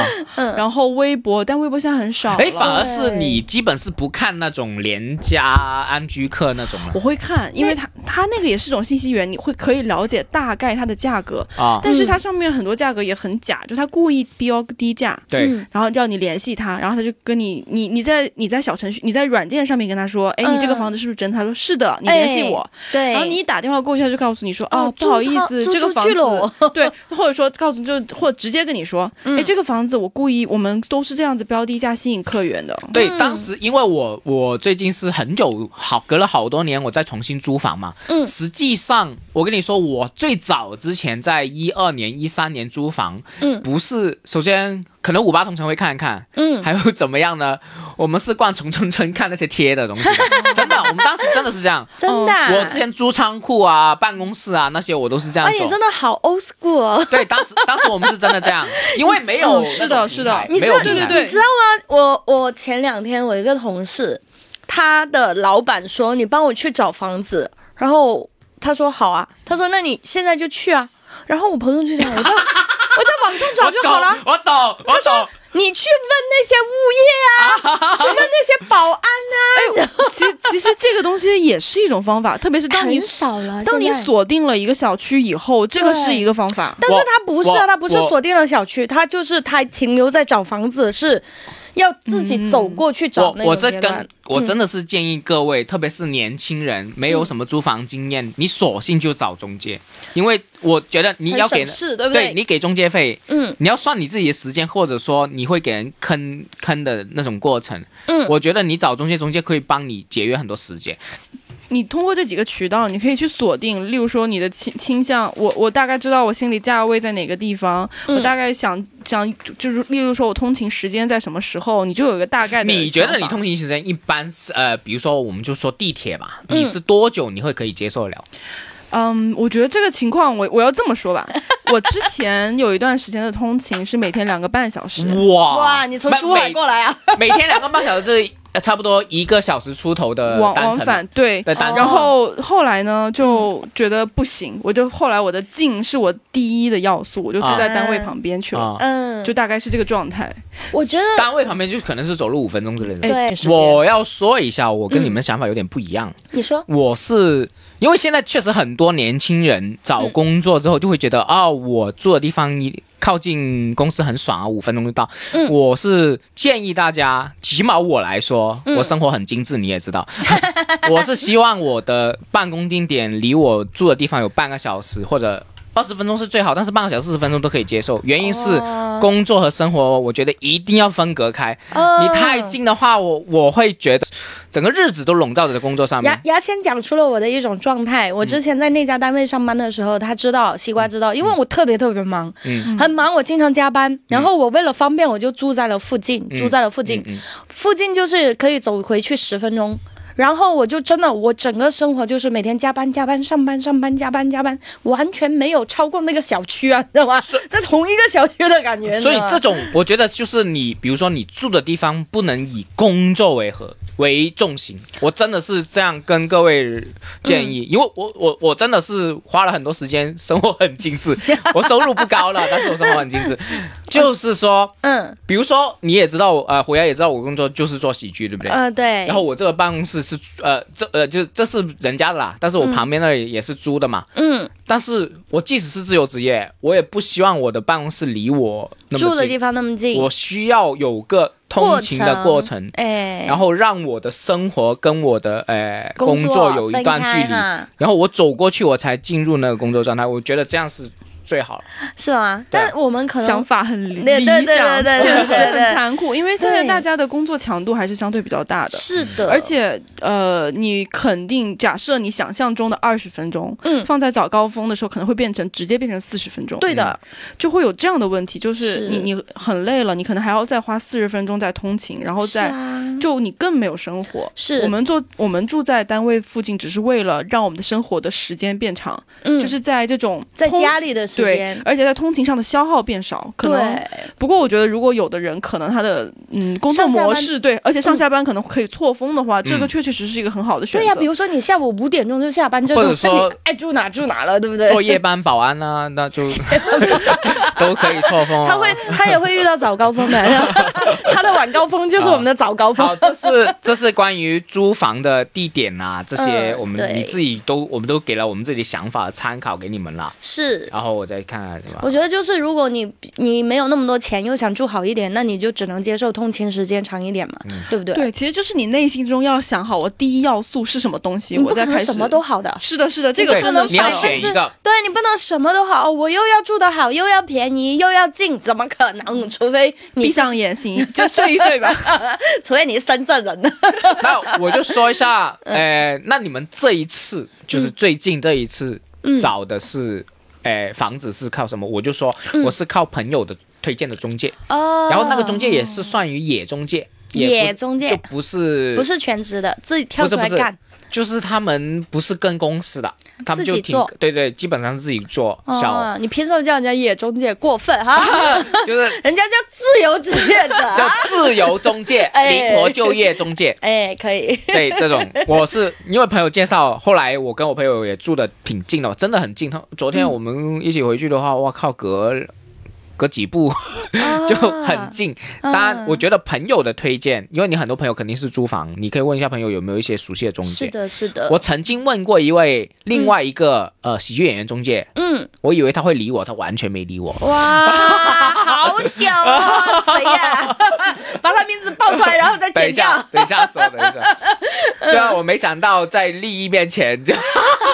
Speaker 3: 然后微博，但微博现在很少了，
Speaker 1: 哎，反而是你基本是不看那种廉价安居客那种
Speaker 3: 我
Speaker 1: 了
Speaker 3: 会看，因为它它那个也是一种信息源，你会可以了解大概它的价格，
Speaker 2: 哦
Speaker 1: 啊。
Speaker 3: 但
Speaker 2: 嗯
Speaker 3: 是它上面很多价格也很假，就它故意标低价，
Speaker 1: 对，
Speaker 2: 嗯
Speaker 3: 然后叫你联系他，然后他就跟你你你在你在小程序你在软件上面跟他说，哎，你这个
Speaker 2: 嗯
Speaker 3: 房子是不是真的？他说是的，你联系
Speaker 2: 哎
Speaker 3: 我，
Speaker 2: 对，
Speaker 3: 然后你一打电话过去，他就告诉你说，哦，
Speaker 2: 租
Speaker 3: 不好意
Speaker 2: 套
Speaker 3: 思，
Speaker 2: 租
Speaker 3: 这个
Speaker 2: 出
Speaker 3: 房
Speaker 2: 去
Speaker 3: 子
Speaker 2: 喽
Speaker 3: 对，或者说告诉你就或直接跟你说，哎，
Speaker 2: 嗯
Speaker 3: 这个房子我故意我们都是这样子标低价吸引客源的，
Speaker 1: 对，
Speaker 2: 嗯
Speaker 1: 当时因为我我最近是很久好隔了好多年，我再重新租房嘛。
Speaker 2: 嗯
Speaker 1: 实际上我跟你说，我最早之前在一二年、一三年租房，
Speaker 2: 嗯
Speaker 1: 不是首先可能五八同城会看一看，
Speaker 2: 嗯
Speaker 1: 还有怎么样呢？我们是逛城中村看那些贴的东西的， 真的，我们当时真的是这样。
Speaker 2: 真的啊，
Speaker 1: 哦我之前租仓库啊、办公室啊那些，我都是这样
Speaker 2: 哇，
Speaker 1: 做
Speaker 2: 哎你。真的好 old school 哦。
Speaker 1: 对，当时当时我们是真的这 样，因为没有
Speaker 3: 嗯是
Speaker 1: 那
Speaker 3: 的
Speaker 1: 种
Speaker 3: 是的
Speaker 1: 平台
Speaker 3: 你
Speaker 1: 没
Speaker 3: 知
Speaker 1: 有
Speaker 3: 道
Speaker 1: 平
Speaker 3: 对对
Speaker 1: 台
Speaker 3: 对
Speaker 2: 你知道吗？我我前两天我一个同事，他的老板说你帮我去找房子，然后 他说好啊，他说那你现在就去啊，然后我朋友就讲我在我在网上找找就好了。
Speaker 1: 我懂，我懂。
Speaker 2: 你去问那些 物业啊，去问那些保安啊，
Speaker 3: 哎， 其实其实这个东西也是一种方法，特别是当你
Speaker 2: 很少了。
Speaker 3: 当你
Speaker 2: 啊现在，
Speaker 3: 锁定了一个小区以后，这个是一个方法。
Speaker 2: 但是他不是啊，
Speaker 1: 我
Speaker 2: 他不是
Speaker 1: 我
Speaker 2: 锁定了小区，他就是他停留在找房子，是要自己走过去找
Speaker 1: 我
Speaker 2: 那
Speaker 1: 我
Speaker 2: 种嗯
Speaker 1: 这
Speaker 2: 阶段
Speaker 1: 跟。我真的是建议各位，特别是年轻人，没有什么租房经验，你索性就找中介，因为我觉得你
Speaker 2: 很
Speaker 1: 要
Speaker 2: 省
Speaker 1: 给
Speaker 2: 事，对不
Speaker 1: 对你给中介费，
Speaker 2: 嗯，
Speaker 1: 你要算你自己的时间，或者说你会给人坑坑的那种过程。
Speaker 2: 嗯
Speaker 1: 我觉得你找中介，中介可以帮你节约很多时间。
Speaker 3: 你通过这几个渠道，你可以去锁定，例如说你的倾倾向，我我大概知道我心理价位在哪个地方，
Speaker 2: 嗯
Speaker 3: 我大概想想就是，例如说我通勤时间在什么时候，你就有一个大概的想法。
Speaker 1: 你觉得你通勤时间一般是呃，比如说我们就说地铁吧，你是多久你会可以接受得了？
Speaker 3: 嗯，我觉得这个情况我我要这么说吧，我之前有一段时间的通勤是每天两个半小时，
Speaker 1: 哇
Speaker 2: 哇，你从
Speaker 1: 每
Speaker 2: 珠海过来啊？
Speaker 1: 每每天两个半小时，呃差不多一个小时出头的
Speaker 3: 往
Speaker 1: 呃单
Speaker 3: 往
Speaker 1: 程
Speaker 3: 返对。
Speaker 1: 的单程。
Speaker 3: 然后后来呢，就觉得不行，我就后来我的近是我第一的要素，我就住在单位旁边去了，
Speaker 1: 啊，
Speaker 2: 嗯，
Speaker 3: 就大概是这个状态。
Speaker 2: 我觉得
Speaker 1: 单位旁边就可能是走路五分钟之类的。
Speaker 2: 对，
Speaker 1: 哎
Speaker 2: 嗯
Speaker 1: 我嗯要说一下，我跟你们想法有点不一样。
Speaker 2: 你说
Speaker 1: 我是因为现在确实很多年轻人找工作之后就会觉得
Speaker 2: 嗯
Speaker 1: 啊、我住的地方一靠近公司很爽啊，五分钟就到。
Speaker 2: 嗯
Speaker 1: 我是建议大家，起码我来说，
Speaker 2: 嗯
Speaker 1: 我生活很精致，你也知道， 我是希望我的办公地点离我住的地方有半个小时或者。二十分钟是最好，但是半个小时、四十分钟都可以接受。原因是
Speaker 2: 哦
Speaker 1: 工作和生活，我觉得一定要分隔开。你太近的话，我我会觉得整个日子都笼罩在工作上面
Speaker 2: 牙。牙签讲出了我的一种状态。
Speaker 1: 嗯
Speaker 2: 我之前在那家单位上班的时候，他知道西瓜知道，因为我特别特别忙，
Speaker 1: 嗯
Speaker 2: 很忙，我经常加班。然后我为了方便，我就住在了附近，住在了附近，
Speaker 1: 嗯
Speaker 2: 附近就是可以走回去十分钟。然后我就真的，我整个生活就是每天加班、加班、上班、上班、加班、加班，完全没有超过那个小区啊，你知道吗？在同一个小区的感觉。
Speaker 1: 所以
Speaker 2: 你知道吗
Speaker 1: 这种，我觉得就是你，比如说你住的地方不能以工作为和为重心。我真的是这样跟各位建议，
Speaker 2: 嗯
Speaker 1: 因为我我我真的是花了很多时间，生活很精 致。我收入不高了，但是我生活很精致。就是说，
Speaker 2: 嗯
Speaker 1: 比如说你也知道，呃，虎牙也知道我工作就是做喜剧，对不对？
Speaker 2: 呃对，
Speaker 1: 然后我这个办公室是呃这呃就这是人家的啦，但是我旁边那里也是租的嘛。
Speaker 2: 嗯
Speaker 1: 但是我即使是自由职业，我也不希望我的办公室离我那么
Speaker 2: 住的
Speaker 1: 近
Speaker 2: 地方那么近，
Speaker 1: 我需要有个通勤的过程，
Speaker 2: 哎，
Speaker 1: 然后让我的生活跟我的呃工作
Speaker 2: 作
Speaker 1: 有一段距
Speaker 2: 分
Speaker 1: 离
Speaker 2: 开，哈
Speaker 1: 然后我走过去，我才进入那个工作状态。我觉得这样是最好 的。
Speaker 2: 是吗？
Speaker 1: 对
Speaker 2: 但我们可
Speaker 3: 想
Speaker 2: 能
Speaker 3: 法很理
Speaker 2: 对
Speaker 3: 理
Speaker 2: 对对对
Speaker 3: 想，
Speaker 2: 对
Speaker 3: 现实
Speaker 2: 对对
Speaker 3: 很
Speaker 2: 对
Speaker 3: 残酷，因为现在
Speaker 2: 对
Speaker 3: 大家的工作强度还是相对比较大的。
Speaker 2: 是
Speaker 1: 嗯
Speaker 2: 的，
Speaker 3: 而且，呃，你肯定假设你想象中的二十分钟，
Speaker 2: 嗯
Speaker 3: 放在早高峰的时候，可能会变成直接变成四十分钟，
Speaker 2: 对的，
Speaker 3: 就会有这样的问题，就是
Speaker 2: 是
Speaker 3: 你你很累了，你可能还要再花四十分钟在通勤，然后
Speaker 2: 是
Speaker 3: 再、
Speaker 2: 啊，
Speaker 3: 就你更没有生活。
Speaker 2: 是
Speaker 3: 我们做我们住在单位附近，只是为了让我们的生活的时间变长，
Speaker 2: 嗯
Speaker 3: 就是在这种
Speaker 2: 在
Speaker 3: 通
Speaker 2: 家里的时
Speaker 3: 对
Speaker 2: 间，，
Speaker 3: 而且在通勤上的消耗变少，可能
Speaker 2: 对，
Speaker 3: 不过我觉得，如果有的人可能他的嗯工作
Speaker 2: 上下班嗯
Speaker 3: 模式对，而且上下班可能可以错峰的话，这
Speaker 1: 嗯
Speaker 3: 个确确实实是一个很好的选
Speaker 2: 对
Speaker 3: 择。
Speaker 2: 呀，比如说你下午五点钟就下班，这
Speaker 1: 或者
Speaker 2: 种
Speaker 1: 说
Speaker 2: 那你爱住哪住哪了，对不对？
Speaker 1: 做夜班保安呢、那 就都可以错峰、啊。
Speaker 2: 他会，他也会遇到早高 峰的，他的晚高峰就是我们的早高峰
Speaker 1: 好，。这是这是关于租房的地点啊，这些
Speaker 2: 嗯
Speaker 1: 我们、
Speaker 2: 对
Speaker 1: 你自己都我们都给了我们自己的想法参考给你们了，
Speaker 2: 是，
Speaker 1: 然后我再看看什么。
Speaker 2: 我觉得就是如果你你没有那么多钱，又想住好一点，那你就只能接受通勤时间长一点嘛，
Speaker 1: 嗯
Speaker 2: 对不对？
Speaker 3: 对，其实就是你内心中要想好，我第一要素是什么东西，
Speaker 2: 你嗯不可
Speaker 3: 我再开
Speaker 2: 能
Speaker 3: 始
Speaker 2: 什么都好的，
Speaker 3: 是的，是的，这
Speaker 1: 对
Speaker 3: 个不能
Speaker 1: 你要
Speaker 2: 百分
Speaker 1: 选
Speaker 2: 之
Speaker 1: 一个，
Speaker 2: 对你不能什么都好，我又要住得好，又要便宜，又要近，怎么可能？除非你
Speaker 3: 闭
Speaker 2: 是，
Speaker 3: 上 眼睛就睡一睡吧。
Speaker 2: 除非你是深圳人。
Speaker 1: 那我就说一下，
Speaker 2: 嗯
Speaker 1: 呃，那你们这一次就是最近这一次
Speaker 2: 嗯
Speaker 1: 找的是，呃，房子是靠什么？我就说我是靠朋友的推荐的中介，
Speaker 2: 嗯哦，
Speaker 1: 然后那个中介也是算于野中介，也不
Speaker 2: 野中介
Speaker 1: 就不是
Speaker 2: 不是全职的，自己跳出来
Speaker 1: 不是不是
Speaker 2: 干。
Speaker 1: 就是他们不是跟公司的，他们就
Speaker 2: 自己
Speaker 1: 挺
Speaker 2: 做
Speaker 1: 对对，基本上是自己做小。
Speaker 2: 哦，你凭什么叫人家野中介过分哈？
Speaker 1: 就是
Speaker 2: 人家叫自由职业者。
Speaker 1: 叫自由中介、
Speaker 2: 哎
Speaker 1: 灵活就业中介，
Speaker 2: 哎，可以，
Speaker 1: 对这种，我是因为朋友介绍，后来我跟我朋
Speaker 2: 嗯
Speaker 1: 友也住的挺近的嘛，真的很近。他昨天我们一起回去的话，哇靠，隔隔几步
Speaker 2: 啊 嗯
Speaker 1: 就很近。当然，我觉得朋友的推荐，因为你很多朋友肯定是租房，你可以问一下朋友有没有一些熟悉的中
Speaker 2: 是
Speaker 1: 介。
Speaker 2: 的，是的，
Speaker 1: 我曾经问过一位另外一个、呃喜剧演员中介，
Speaker 2: 嗯，
Speaker 1: 我以为他会理我，他完全没理我。
Speaker 2: 哇，好屌啊！谁呀、把他名字报出来，然后再
Speaker 1: 等一
Speaker 2: 剪掉。
Speaker 1: 下，等一下说，等一 下。对啊，我没想到在利益面前就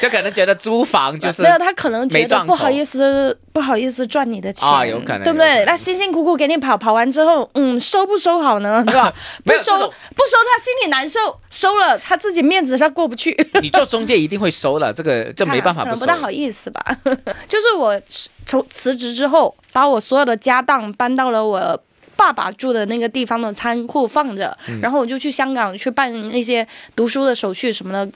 Speaker 1: 就可能觉得租房就是
Speaker 2: 没有，他可能觉
Speaker 1: 没
Speaker 2: 得
Speaker 1: 赚
Speaker 2: 不
Speaker 1: 头
Speaker 2: 好意思，不好意思赚你的钱，
Speaker 1: 啊有可能
Speaker 2: 对
Speaker 1: 有可
Speaker 2: 不对？
Speaker 1: 能
Speaker 2: 那辛辛苦苦给你跑，跑完之后，嗯，收不收好呢？对吧？不
Speaker 1: 没有
Speaker 2: 收，
Speaker 1: 这种
Speaker 2: 不收，他心里难受，收了他自己面子上过不去。
Speaker 1: 你做中介一定会收了，这个这没办法
Speaker 2: 可能
Speaker 1: 收
Speaker 2: 不。大好意思吧。 就是我从辞职之后，把我所有的家当搬到了我。爸爸住的那个地方的仓库放着，
Speaker 1: 嗯
Speaker 2: 然后我就去香港去办那些读书的手续什么的，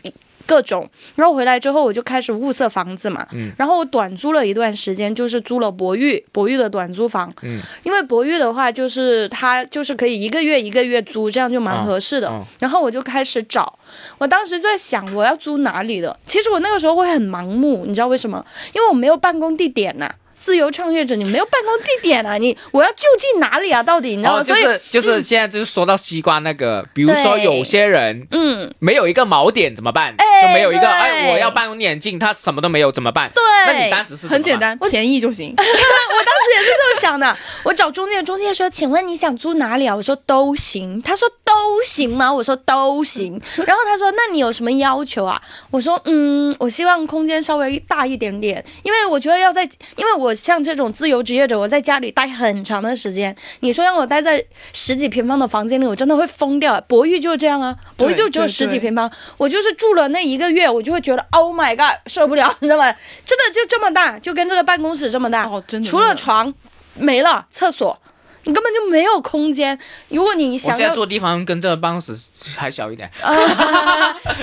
Speaker 2: 各种。然后回来之后，我就开始物色房子嘛。
Speaker 1: 嗯
Speaker 2: 然后我短租了一段时间，就是租了博裕博裕的短租房。
Speaker 1: 嗯
Speaker 2: 因为博裕的话，就是它就是可以一个月一个月租，这样就蛮
Speaker 1: 嗯
Speaker 2: 合适的。
Speaker 1: 嗯
Speaker 2: 然后我就开始找，我当时在想我要租哪里的。其实我那个时候会很盲目，你知道为什么？因为我没有办公地点呐、自由创业者，你没有办公地点啊！你我要就近哪里啊？到底你知道吗？
Speaker 1: 哦，就
Speaker 2: 所以嗯
Speaker 1: 是就是现在就是说到西瓜那个，比如说
Speaker 2: 对
Speaker 1: 有些人
Speaker 2: 嗯，
Speaker 1: 没有一个锚点怎么办？
Speaker 2: 哎
Speaker 1: 就没有一个
Speaker 2: 对
Speaker 1: 哎，我要办公眼镜，他什么都没有怎么办？
Speaker 2: 对，
Speaker 1: 那你当时是怎么办
Speaker 3: 很简，单，便宜就行。
Speaker 2: 当时也是这么想的。我找中介，中介说：“请问你想租哪里啊？”我说：“都行。”他说：“都行吗？”我说：“都行。”然后他说：“那你有什么要求啊？”我说：“嗯，我希望空间稍微大一点点，因为我觉得要在，因为我像这种自由职业者，我在家里待很长的时间。你说让我待在十几平方的房间里，我真的会疯掉。博玉就是这样啊，博玉就只有
Speaker 3: 对对
Speaker 2: 十几
Speaker 3: 对
Speaker 2: 平方，我就是住了那一个月，我就会觉得 Oh my God，受不了，你知道吗？真的就这么大，就跟这个办公室这么大。
Speaker 3: 哦真的
Speaker 2: 除了
Speaker 3: 真的
Speaker 2: 床没了，厕所你根本就没有空间。如果你
Speaker 1: 我
Speaker 2: 想
Speaker 1: 现在
Speaker 2: 要，
Speaker 1: 住的地方跟这个办公室还小一点。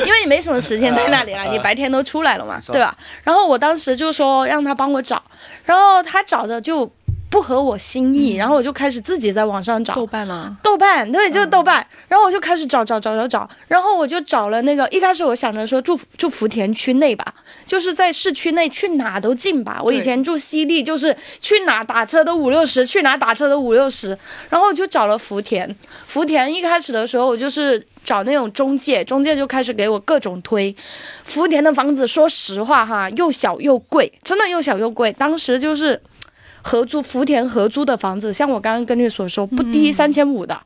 Speaker 2: 因为你没什么时间在那里了，你白天都出来了嘛，对吧？然后我当时就说让他帮我找，然后他找的就不合我心
Speaker 3: 嗯
Speaker 2: 意，然后我就开始自己在网上找。
Speaker 3: 豆瓣吗？
Speaker 2: 豆瓣，对，就是豆瓣。然后我就开始找找找找找，然后我就找了那个，一开始我想着说住住福田区内吧，就是在市区内去哪都近吧。我以
Speaker 3: 对
Speaker 2: 前住西丽，就是去哪打车都五六十，去哪打车都五六十。然后我就找了福田，福田一开始的时候我就是。找那种中介，中介就开始给我各种推。福田的房子，说实话哈，又小又贵，真的又小又贵。当时就是合租福田合租的房子，像我刚刚跟你所说，不低于
Speaker 1: 嗯
Speaker 2: 三千五的。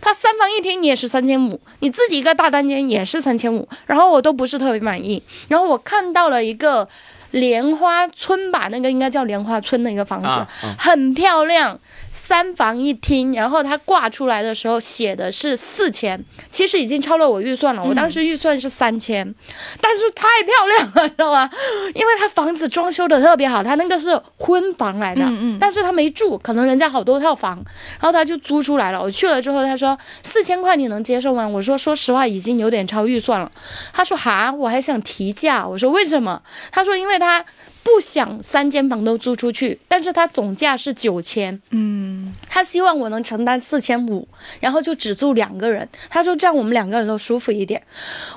Speaker 2: 它三房一厅你也是三千五，你自己一个大单间也是三千五，然后我都不是特别满意。然后我看到了一个莲花村吧，那个应该叫莲花村的一个房子，
Speaker 1: 啊嗯
Speaker 2: 很漂亮，三房一厅。然后它挂出来的时候写的是四千，其实已经超了我预算了，我
Speaker 1: 嗯
Speaker 2: 当时预算是三千、但是太漂亮了，你知道吗？因为它房子装修的特别好，它那个是婚房来的，但是他没住，可能人家好多套房，然后他就租出来了。我去了之后，他说四千块你能接受吗？我说说实话已经有点超预算了。他说哈，我还想提价。我说为什么？他说因为他不想三间房都租出去，但是他总价是九千，
Speaker 3: 嗯，
Speaker 2: 他希望我能承担四千五，然后就只住两个人。他说这样我们两个人都舒服一点。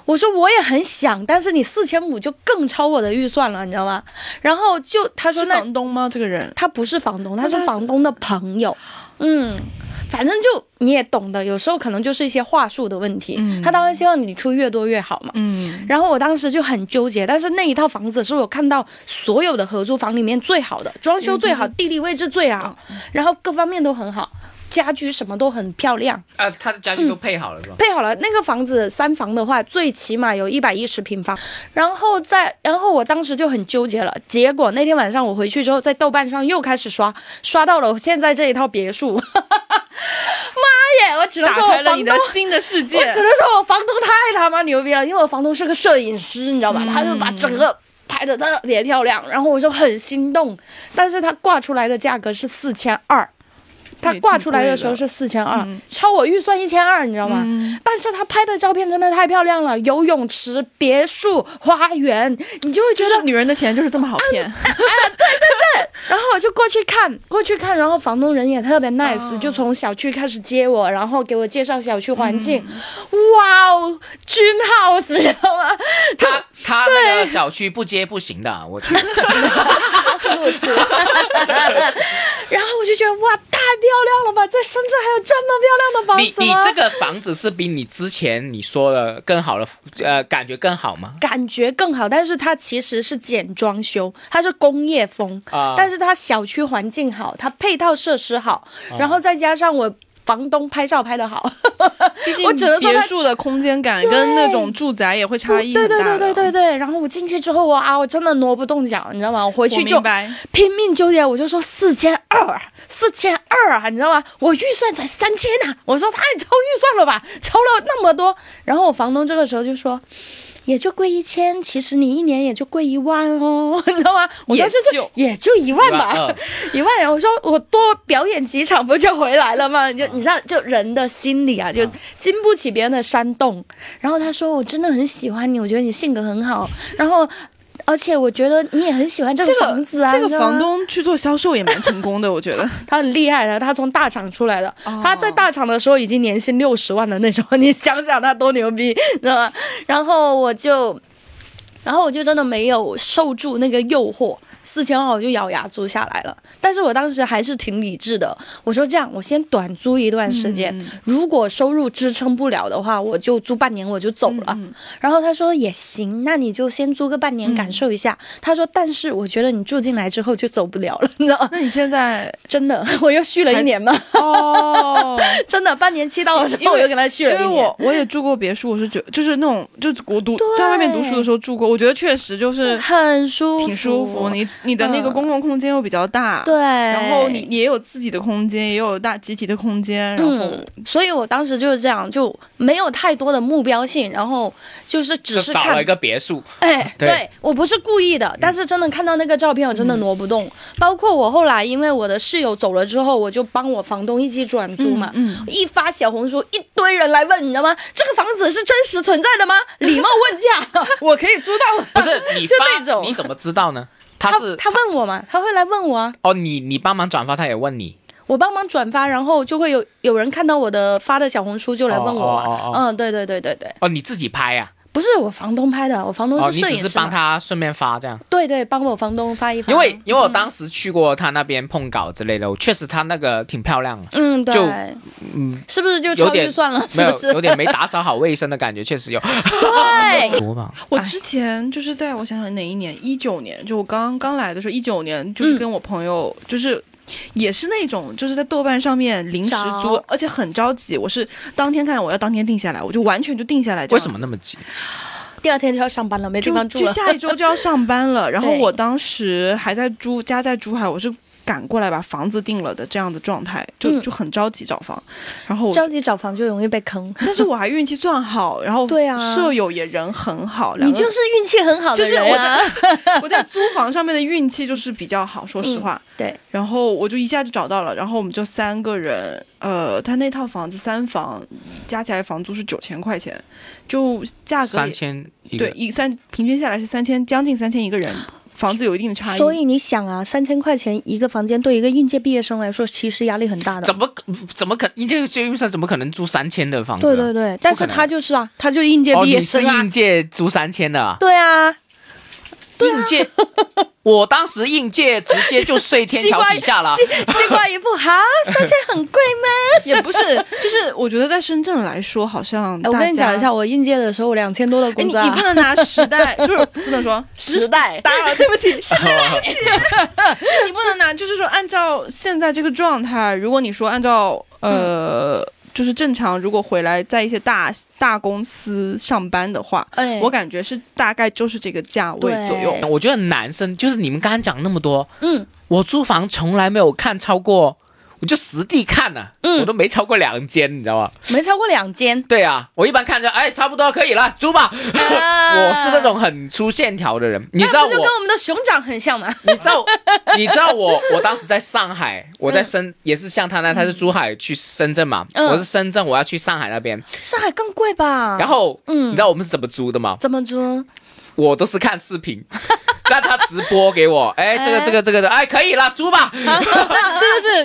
Speaker 2: 我说我也很想，但是你四千五就更超我的预算了，你知道吗？然后就他说
Speaker 3: 是
Speaker 2: 那
Speaker 3: 房东吗？这个人
Speaker 2: 他不是房东，他
Speaker 3: 他
Speaker 2: 是
Speaker 3: 是
Speaker 2: 房东的朋友。嗯，反正就你也懂的，有时候可能就是一些话术的问题。
Speaker 3: 嗯
Speaker 2: 他当然希望你出越多越好嘛。
Speaker 3: 嗯，
Speaker 2: 然后我当时就很纠结，但是那一套房子是我看到所有的合租房里面最好的，装修最好，地理位置最好，然后各方面都很好，家居什么都很漂亮。
Speaker 1: 啊，他的家具都配好了是吧？
Speaker 2: 配好了，那个房子三房的话，最起码有一百一十平方。然后再，然后我当时就很纠结了。结果那天晚上我回去之后，在豆瓣上又开始刷，刷到了我现在这一套别墅。 妈耶！我只能
Speaker 3: 打
Speaker 2: 说我
Speaker 3: 开了
Speaker 2: 房
Speaker 3: 你的
Speaker 2: 东。
Speaker 3: 新的世界
Speaker 2: 我。只能说我房东太他妈牛逼了，因为我房东是个摄影师，你知道
Speaker 3: 嗯
Speaker 2: 吧？他就把整个拍的特别漂亮，然后我就很心动。但是他挂出来的价格是四千二，他
Speaker 3: 也挺
Speaker 2: 挂出来
Speaker 3: 贵
Speaker 2: 的
Speaker 3: 的嗯
Speaker 2: 时候是四千二，超我预算一千二，你知道吗？但是他拍的照片真的太漂亮了，游泳池、别墅、花园，你就会觉
Speaker 3: 就
Speaker 2: 得
Speaker 3: 是女人的钱就是这么好骗，
Speaker 2: 然后我就过去看，过去看，然后房东人也特别
Speaker 1: 嗯
Speaker 2: nice，、就从小区开始接我，然后给我介绍小区环境。
Speaker 1: 嗯
Speaker 2: 哇哦，君 house，知道吗？
Speaker 1: 他他那个小区不接不行的，我去。
Speaker 2: 他说 路痴。然后我就觉得哇，太漂亮了吧，在深圳还有这么漂亮
Speaker 1: 你
Speaker 2: 的房子
Speaker 1: 你
Speaker 2: 吗？
Speaker 1: 这个房子是比你之前你说的更好的，呃，感觉更好吗？
Speaker 2: 感觉更好，但是它其实是简装修，它是工业风，
Speaker 1: 啊、
Speaker 2: 但是它小区环境好，它配套设施好，然后再加上我房东拍照拍的好，
Speaker 3: 毕 竟
Speaker 2: 我只能说
Speaker 3: 别
Speaker 2: 它
Speaker 3: 墅的空间感跟那种住宅也会差异
Speaker 2: 对
Speaker 3: 很
Speaker 2: 对
Speaker 3: 大
Speaker 2: 对对
Speaker 3: 的。
Speaker 2: 对对。然后我进去之后，我啊，我真的挪不动脚，你知道吗？我回
Speaker 3: 我
Speaker 2: 去就
Speaker 3: 明白，
Speaker 2: 拼命纠结，我就说四千二，啊四千二啊，你知道吗？我预算才三千呐，我说太超预算了吧，超了那么多。然后我房东这个时候就说。也就贵一千，其实你一年也就贵一万哦， 你知道吗？我当时
Speaker 3: 也
Speaker 2: 就
Speaker 3: 就
Speaker 2: 也就一万吧，
Speaker 1: 嗯
Speaker 2: 一万人，我说我多表演几场不就回来了吗？你就你知道，就人的心理啊，就经不起别人的煽动。然后他说我真的很喜欢你，我觉得你性格很好，然后而且我觉得你也很喜欢这个
Speaker 3: 这个
Speaker 2: 房子啊。
Speaker 3: 这
Speaker 2: 你知
Speaker 3: 个
Speaker 2: 道吗
Speaker 3: 房东去做销售也蛮成功的，我觉得。
Speaker 2: 他很厉害的，他从大厂出来的，
Speaker 3: 哦
Speaker 2: 他在大厂的时候已经年薪六十万的那种， 你想想他多牛逼，知道吗？然后我就。然后我就真的没有受住那个诱惑，四千二我就咬牙租下来了。但是我当时还是挺理智的，我说这样，我先短租一段时间，如果收入支撑不了的话，我就租半年我就走了。然后他说也行，那你就先租个半年感受一下。他说，但是我觉得你住进来之后就走不了了，你知道吗？
Speaker 3: 那你现在
Speaker 2: 真的， 我又续了一年嘛，
Speaker 3: 哦，
Speaker 2: 真的，半年期到的时
Speaker 3: 因
Speaker 2: 候，
Speaker 3: 为
Speaker 2: 我又跟他续
Speaker 3: 因
Speaker 2: 了一
Speaker 3: 为
Speaker 2: 年
Speaker 3: 我。我也住过别墅，我是觉就是那种就是我读
Speaker 2: 对
Speaker 3: 在外面读书的时候住过，我觉得确实就是
Speaker 2: 嗯很舒服，
Speaker 3: 挺舒服。你你的那个
Speaker 2: 嗯
Speaker 3: 公共空间又比较大，
Speaker 2: 对，
Speaker 3: 然后你也有自己的空间，也有大集体的空间，然后
Speaker 2: 嗯，所以我当时就是这样，就没有太多的目标性，然后就是只
Speaker 1: 就是找了
Speaker 2: 看
Speaker 1: 一，个别 墅，
Speaker 2: 哎，
Speaker 1: 对嗯
Speaker 2: 对我不是故意的，但是真的看到那个照片，我真的挪不动。包括我后来，因为我的室友走了之后，我就帮我房东一起转租嘛，
Speaker 3: 嗯，
Speaker 2: 一发小红书，一堆人来问，你知道吗？这个房子是真实存在的吗？礼貌问价，我可以租到吗？
Speaker 1: 不是你
Speaker 2: 就那
Speaker 1: 发
Speaker 2: 种
Speaker 1: 你怎么知 道呢？他
Speaker 2: 他
Speaker 1: 是
Speaker 2: 他问我嘛，他会来问我啊，
Speaker 1: 哦，你你帮忙转发，他也问你，
Speaker 2: 我帮忙转发，然后就会有有人看到我的发的小红书就来问我啊，
Speaker 1: 哦哦哦哦
Speaker 2: 嗯，对对对对对，
Speaker 1: 哦，你自己拍呀、
Speaker 2: 不是我房东拍的，我房东
Speaker 1: 哦，
Speaker 2: 是
Speaker 1: 你
Speaker 2: 摄
Speaker 1: 只
Speaker 2: 影师嘛，啊
Speaker 1: 是帮他顺便发这样。
Speaker 2: 对对，帮我房东发一发，
Speaker 1: 因为因为我当时去过他那边碰稿之类的，我确实他那个挺漂亮的，啊
Speaker 2: 嗯对
Speaker 1: 就
Speaker 2: 嗯，是不是就
Speaker 1: 有
Speaker 2: 超
Speaker 1: 点
Speaker 2: 预算了？
Speaker 1: 没
Speaker 2: 是不
Speaker 1: 有
Speaker 2: 是
Speaker 1: 有？点没打扫好卫生的感觉，确实有。
Speaker 2: 对，
Speaker 1: 多吧，
Speaker 3: 我
Speaker 2: 哎
Speaker 3: 之前就是在我想想哪一年，一九年，就我刚刚来的时候，一九年就是
Speaker 2: 嗯
Speaker 3: 跟我朋友、就是。也是那种，就是在豆瓣上面临时租
Speaker 2: 找，
Speaker 3: 而且很着急。我是当天看，我要当天定下来，我就完全就定下来这
Speaker 1: 为
Speaker 3: 样子。
Speaker 1: 什么那么急？
Speaker 2: 第二天就要上班了，没地
Speaker 3: 就
Speaker 2: 方住
Speaker 3: 就
Speaker 2: 了，
Speaker 3: 下一周就要上班了，然后
Speaker 2: 对
Speaker 3: 我当时还在珠家在珠海，我是赶过来把房子定了的这样的状态，就
Speaker 2: 嗯
Speaker 3: 就很着急找房，然后我就
Speaker 2: 着急找房就容易被坑。
Speaker 3: 但是我还运气算好，然 后
Speaker 2: 对啊
Speaker 3: 舍友也人很好，两
Speaker 2: 你
Speaker 3: 个
Speaker 2: 就是运气很好的
Speaker 3: 就是
Speaker 2: 人
Speaker 3: 我
Speaker 2: 啊，
Speaker 3: 我在租房上面的运气就是比较好，说实
Speaker 2: 嗯
Speaker 3: 话，
Speaker 2: 对，
Speaker 3: 然后我就一下就找到了，然后我们就三个人，呃，他那套房子三房加起来房租是九千块钱，就价格
Speaker 1: 三
Speaker 3: 也
Speaker 1: 千一个
Speaker 3: 对，一三平均下来是三千，将近三千一个人，房子有一定的差异，
Speaker 2: 所以你想啊，三千块钱一个房间，对一个应届毕业生来说，其实压力很大的。
Speaker 1: 怎么可怎么可应届就用上怎么可能租三千的房子？
Speaker 2: 对对对，但是他就是啊，他就应届
Speaker 1: 哦，
Speaker 2: 毕业
Speaker 1: 你是
Speaker 2: 生啊，
Speaker 1: 应届租三千的啊？
Speaker 2: 对啊，
Speaker 1: 应届，我当时应届直接就睡 天桥底下了
Speaker 2: 西。西瓜一部哈，三千很贵吗？
Speaker 3: 也不是，就是我觉得在深圳来说，好像
Speaker 2: 哎我跟你
Speaker 3: 大家
Speaker 2: 讲一下，，我应届的时候两千多的
Speaker 3: 哎
Speaker 2: 工
Speaker 3: 你
Speaker 2: 资啊
Speaker 3: 你不能拿时代， 就是不能说
Speaker 2: 时代
Speaker 3: 打扰， 对不起， 时代，你不能拿，就是说按照现在这个状态，如果你说按照呃。就是正常，如果回来在一些大大公司上班的话，
Speaker 2: 哎，
Speaker 3: 我感觉是大概就是这个价位左右
Speaker 2: 对。
Speaker 1: 我觉得男生就是你们刚刚讲那么多，
Speaker 2: 嗯，
Speaker 1: 我租房从来没有看超过，我就实地看了、
Speaker 2: 嗯
Speaker 1: 我都没超过两间，你知道吧？。
Speaker 2: 没超过两间
Speaker 1: 对啊，我一般看着，哎，差不多可以了，租吧。 我是那种很粗线条的人，你知道
Speaker 2: 啊那不就跟
Speaker 1: 我，
Speaker 2: 我们的熊掌很像吗？
Speaker 1: 你知道，你知道我，我当时在上海，我在深也是像他那样，他是珠海去深圳嘛，
Speaker 2: 嗯
Speaker 1: 我是深圳，我要去上海那边，
Speaker 2: 上海更贵吧？
Speaker 1: 然后，
Speaker 2: 嗯
Speaker 1: 你知道我们是怎么租的吗？
Speaker 2: 怎么租？
Speaker 1: 我都是看视频，
Speaker 2: 啊
Speaker 1: 但他直播给我，哎，这个这个这个，哎，可以了，租吧。
Speaker 3: 这就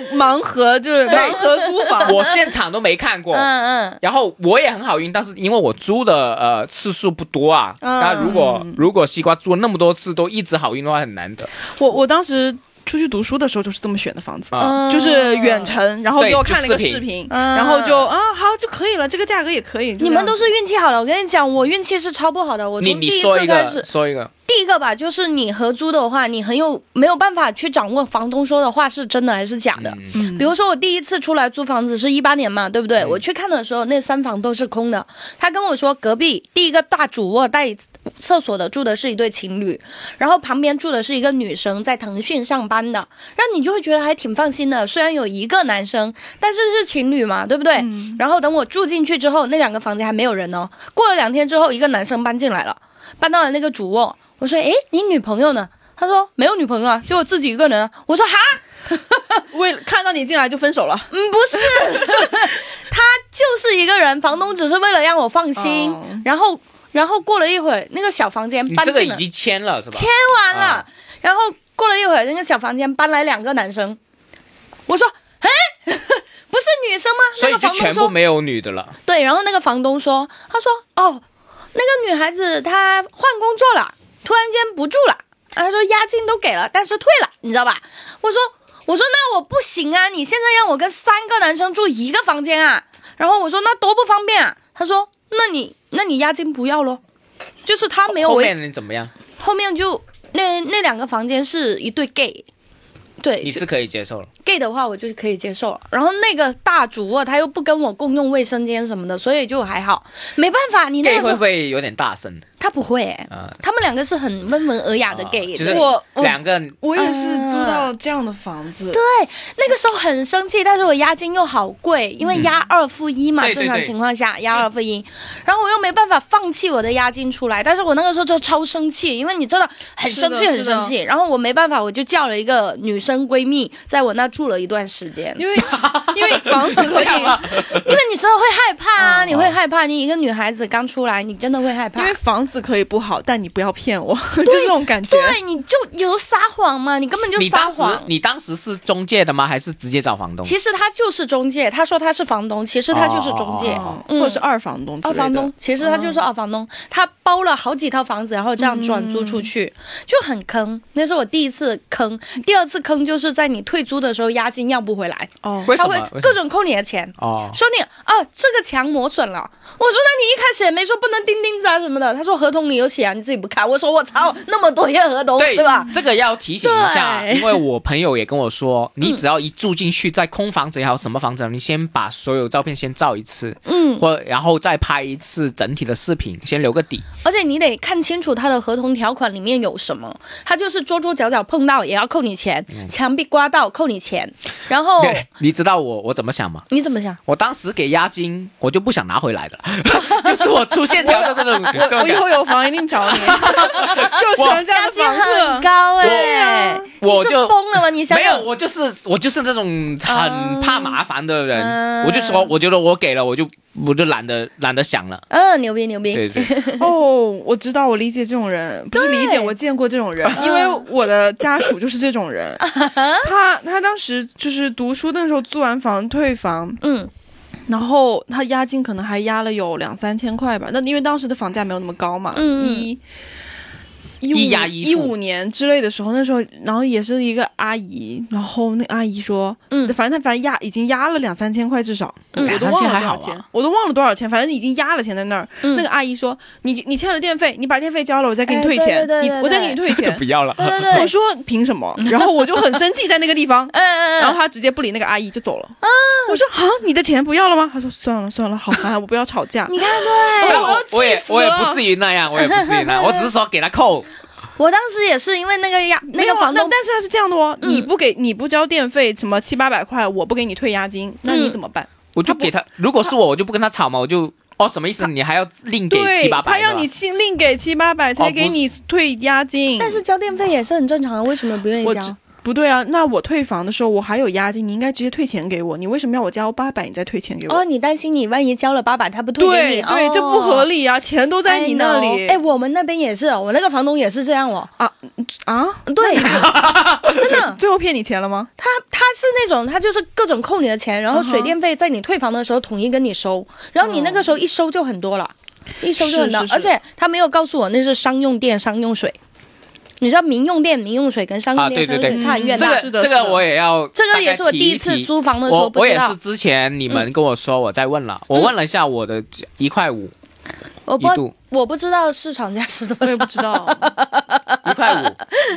Speaker 3: 是盲盒，就是盲盒租 房。
Speaker 1: 我现场都没看过。
Speaker 2: 嗯嗯，
Speaker 1: 然后我也很好运，但是因为我租的呃次数不多啊，
Speaker 2: 嗯
Speaker 1: 那如果如果西瓜租了那么多次都一直好运的话，很难得
Speaker 3: 我我当时出去读书的时候就是这么选的房子，
Speaker 1: 啊。
Speaker 2: 嗯
Speaker 3: 就是远，程，然后
Speaker 1: 对
Speaker 3: 给我看了一个
Speaker 1: 就视
Speaker 3: 视频，
Speaker 2: 嗯
Speaker 3: 然后就啊好就可以了，这个价格也可以。就
Speaker 2: 你们
Speaker 3: 这
Speaker 2: 都
Speaker 3: 样
Speaker 2: 是运气好了。我跟你讲，我运气是超不好的。我
Speaker 1: 你
Speaker 2: 从
Speaker 1: 你
Speaker 2: 第一
Speaker 1: 说
Speaker 2: 次
Speaker 1: 一
Speaker 2: 开
Speaker 1: 个
Speaker 2: 始，
Speaker 1: 说一个，
Speaker 2: 第一个吧，就是你合租的话，你很有没有办法去掌握房东说的话是真的还是假的。
Speaker 1: 嗯
Speaker 3: 嗯
Speaker 2: 比如说我第一次出来租房子是一八年嘛，对不对？
Speaker 1: 嗯
Speaker 2: 我去看的时候，那三房都是空的。他跟我说，隔壁第一个大主卧带厕所的住的是一对情侣，然后旁边住的是一个女生，在腾讯上班的，然后你就会觉得还挺放心的。虽然有一个男生，但是是情侣嘛，对不对？然后等我住进去之后，那两个房间还没有人哦。过了两天之后，一个男生搬进来了，搬到了那个主卧。我说：“诶，你女朋友呢？”他说：“没有女朋友啊，就我自己一个人啊。”我说：“哈，
Speaker 3: 为了看到你进来就分手了。
Speaker 2: 嗯，不是， 他就是一个人，房东只是为了让我放心。
Speaker 3: 哦
Speaker 2: 然后，然后过了一会儿，那个小房间
Speaker 1: 你
Speaker 2: 搬
Speaker 1: 这
Speaker 2: 进
Speaker 1: 个已
Speaker 2: 了，
Speaker 1: 经签了是吧？
Speaker 2: 签完了。
Speaker 1: 啊
Speaker 2: 然后过了一会儿，那个小房间搬来两个男生，我说：“哎， 不是女生吗？”
Speaker 1: 所
Speaker 2: 那
Speaker 1: 以
Speaker 2: 个
Speaker 1: 就
Speaker 2: 房东
Speaker 1: 全
Speaker 2: 说
Speaker 1: 部：“没有女的了。
Speaker 2: 对，然后那个房东说，他说哦，那个女孩子她换工作了，突然间不住了，啊他说押金都给了，但是退了，你知道吧？我说我说那我不行啊，你现在让我跟三个男生住一个房间啊，然后我说那多不方便啊，他说那你那你押金不要咯，就是他没有
Speaker 1: 后
Speaker 2: 违
Speaker 1: 面你怎么样？
Speaker 2: 后面就那那两个房间是一对 gay，对，
Speaker 1: 你
Speaker 2: 就是
Speaker 1: 可以接受了。
Speaker 2: gay 的话，我就是可以接受了。然后那个大主卧他又不跟我共用卫生间什么的，所以就还好。没办法，你那
Speaker 1: gay
Speaker 2: 个时
Speaker 1: 会不
Speaker 2: 候
Speaker 1: 会有点大声
Speaker 2: 他不会、欸，
Speaker 1: 啊？
Speaker 2: 他们两个是很温文尔雅的
Speaker 1: 啊
Speaker 2: gay、
Speaker 1: 就是
Speaker 3: 我我
Speaker 1: 两个
Speaker 3: 我也是租
Speaker 2: 嗯
Speaker 3: 到这样的房子，
Speaker 2: 那个时候很生气，但是我押金又好贵，因为押二付一嘛，
Speaker 1: 嗯对对
Speaker 2: 正常
Speaker 1: 对
Speaker 2: 情况下押二付一。然后我又没办法放弃我的押金出来，但是我那个时候就超生气，因为你真的很生
Speaker 3: 是
Speaker 2: 气，
Speaker 3: 的
Speaker 2: 很生气。然后我没办法，我就叫了一个女生闺蜜在我那住了一段时间。
Speaker 3: 因为因为房子可
Speaker 1: 这
Speaker 3: 以
Speaker 1: 样，吗？
Speaker 2: 因为你真的会害怕啊，
Speaker 1: 嗯
Speaker 2: 你会害怕，你一个女孩子刚出来，你真的会害怕
Speaker 3: 因。为房子可以不好，但你不要骗我， 就这种感觉。
Speaker 2: 对，你就有撒谎嘛，你根本就
Speaker 1: 你
Speaker 2: 撒
Speaker 1: 当时嗯
Speaker 2: 谎。
Speaker 1: 你当时是中介的吗？还是直接找房东？
Speaker 2: 其实他就是中介，他说他是房东，其实他就是中介。
Speaker 1: 哦
Speaker 3: 或者是嗯二房东之
Speaker 2: 二
Speaker 3: 类的，
Speaker 2: 房东，其实他就是
Speaker 1: 嗯
Speaker 2: 二房东，他包了好几套房子，然后这样转租出去，就很坑。那是我第一次坑，第二次坑就是在你退租的时候押金要不回来，
Speaker 3: 哦，
Speaker 1: 为什
Speaker 2: 他
Speaker 1: 么
Speaker 2: 会？
Speaker 1: 为什
Speaker 2: 各
Speaker 1: 么
Speaker 2: 种扣你的钱。
Speaker 1: 哦，
Speaker 2: 说你啊，这个墙磨损了。我说那你一开始也没说不能钉钉子啊什么的。他说合同里有写啊，你自己不看。我说我操，那么多页合同，
Speaker 1: 对
Speaker 2: 对吧？
Speaker 1: 这个要提醒一下，
Speaker 2: 对嗯
Speaker 1: 因为我朋友也跟我说，你只要一住进去，在空房子也好，什么房子也好，你先把所有照片先照一次，嗯，或然后再拍一次整体的视频，先留个底。
Speaker 2: 而且你得看清楚他的合同条款里面有什么。他就是桌桌角角碰到也要扣你钱，墙壁刮到扣你钱。然后
Speaker 1: 你知道我我怎么想吗？
Speaker 2: 你怎么想？
Speaker 1: 我当时给押金，我就不想拿回来了， 就是我出线条的这种这 种
Speaker 3: 我以
Speaker 1: 感
Speaker 3: 后有房一定找 你，就喜欢这样
Speaker 2: 押
Speaker 3: 的
Speaker 2: 金
Speaker 3: 房
Speaker 2: 很
Speaker 3: 子。
Speaker 2: 高哎、
Speaker 1: 我
Speaker 2: 你是
Speaker 1: 就
Speaker 2: 疯了吗？你想
Speaker 1: 没有，
Speaker 2: 想，
Speaker 1: 我就是我就是那种很怕麻烦的人，
Speaker 2: 嗯
Speaker 1: 我就说，我觉得我给了，我就我就懒得懒得想了。
Speaker 2: 嗯，牛逼牛逼，
Speaker 1: 对对，
Speaker 3: 哦，我知道，我理解这种人，不是理解，我见过这种人，因为我的家属就是这种 人。他他当时就是读书的时候租完房退房，
Speaker 2: 嗯
Speaker 3: 然后他押金可能还押了有两三千块吧，那因为当时的房价没有那么高嘛，
Speaker 2: 嗯嗯
Speaker 3: 一
Speaker 1: 一押一
Speaker 3: 一
Speaker 1: 付
Speaker 3: 五年之类的时候，那时候然后也是一个阿姨，然后那阿姨说，
Speaker 2: 嗯
Speaker 3: 反正她反正押已经押了两三千块至少，
Speaker 2: 嗯
Speaker 3: 我都
Speaker 1: 两三
Speaker 3: 忘
Speaker 1: 千
Speaker 3: 了
Speaker 1: 还
Speaker 3: 多
Speaker 1: 好啊
Speaker 3: 少
Speaker 1: 吧
Speaker 3: 钱，我都忘了多少钱，反正已经押了钱在那儿。
Speaker 2: 嗯
Speaker 3: 那个阿姨说，你你欠了电费，你把电费交了，我再给你
Speaker 2: 哎
Speaker 3: 退
Speaker 2: 对
Speaker 3: 钱，
Speaker 2: 对对
Speaker 3: 你
Speaker 2: 对
Speaker 3: 我再给
Speaker 2: 对哎
Speaker 3: 你退
Speaker 1: 就
Speaker 3: 钱
Speaker 1: 不。要了。
Speaker 2: 对对
Speaker 3: 我
Speaker 2: 对，
Speaker 3: 说凭什么？然后我就很生气，在那个地方，
Speaker 2: 嗯嗯
Speaker 3: 然后
Speaker 2: 嗯，
Speaker 3: 他直接不理那个阿姨就走了。我说啊，你的钱不要了吗？他说算了算了，好烦啊，我不要吵架。
Speaker 2: 你看对，
Speaker 3: 我要
Speaker 1: 我也
Speaker 3: 气死
Speaker 2: 哦
Speaker 1: 我也
Speaker 3: 了
Speaker 1: 不至于那样，我也不至于那 样，我只是说给他扣。
Speaker 2: 我当时也是因为那个呀，
Speaker 3: 没
Speaker 2: 那
Speaker 3: 有啊
Speaker 2: 个房
Speaker 3: 那
Speaker 2: 东
Speaker 3: 但是他是这样的哦，
Speaker 2: 嗯
Speaker 3: 你不给你不交电费，什么七八百块，我不给你退押金，
Speaker 2: 嗯
Speaker 3: 那你怎么办？
Speaker 1: 我就给他，如果是我，我就不跟他吵嘛，我就哦什么意思？你还要另给
Speaker 3: 对
Speaker 1: 七八百？
Speaker 3: 他要你
Speaker 1: 是吧
Speaker 3: 亲另给七八百
Speaker 1: 哦
Speaker 3: 才
Speaker 1: 不
Speaker 3: 给你退押金。
Speaker 2: 但是交电费也是很正常的，为什么不愿意
Speaker 3: 我
Speaker 2: 交
Speaker 3: 知？不对啊，那我退房的时候我还有押金，你应该直接退钱给我，你为什么要我交八百你再退钱给我？
Speaker 2: 哦，你担心你万一交了八百，他不退给
Speaker 3: 对
Speaker 2: 你，
Speaker 3: 对，
Speaker 2: 哦、
Speaker 3: 这不合理啊，钱都在你那里。
Speaker 2: 哎，我们那边也是，我那个房东也是这样哦。
Speaker 3: 啊，
Speaker 2: 对，真的，
Speaker 3: 最后骗你钱了吗？
Speaker 2: 他他是那种，他就是各种扣你的钱，然后
Speaker 3: 嗯哼
Speaker 2: 水电费在你退房的时候统一跟你收，然后你那个时候一收就很多了，一收就很多，
Speaker 3: 是是是
Speaker 2: 而且他没有告诉我那是商用电、商用水，你知道民用电、民用水跟商用
Speaker 1: 啊
Speaker 2: 电、
Speaker 1: 对对
Speaker 2: 商用水
Speaker 3: 对
Speaker 2: 差很远
Speaker 1: 这
Speaker 2: 的。
Speaker 1: 个
Speaker 3: 是的
Speaker 1: 这个
Speaker 3: 是的
Speaker 1: 我也要，
Speaker 2: 这个也是我第
Speaker 1: 一
Speaker 2: 次
Speaker 1: 提
Speaker 2: 租房的时候
Speaker 1: 我
Speaker 2: 不
Speaker 1: 我
Speaker 2: 知
Speaker 1: 也
Speaker 2: 道嗯
Speaker 1: 是，之前你们跟我说，我再问了，我问了一下我的一块五
Speaker 2: 我
Speaker 1: 一
Speaker 2: 不
Speaker 1: 度，
Speaker 2: 我不知道市场价是多
Speaker 3: 我也
Speaker 2: 少
Speaker 3: 不。知道，
Speaker 1: 一块 五，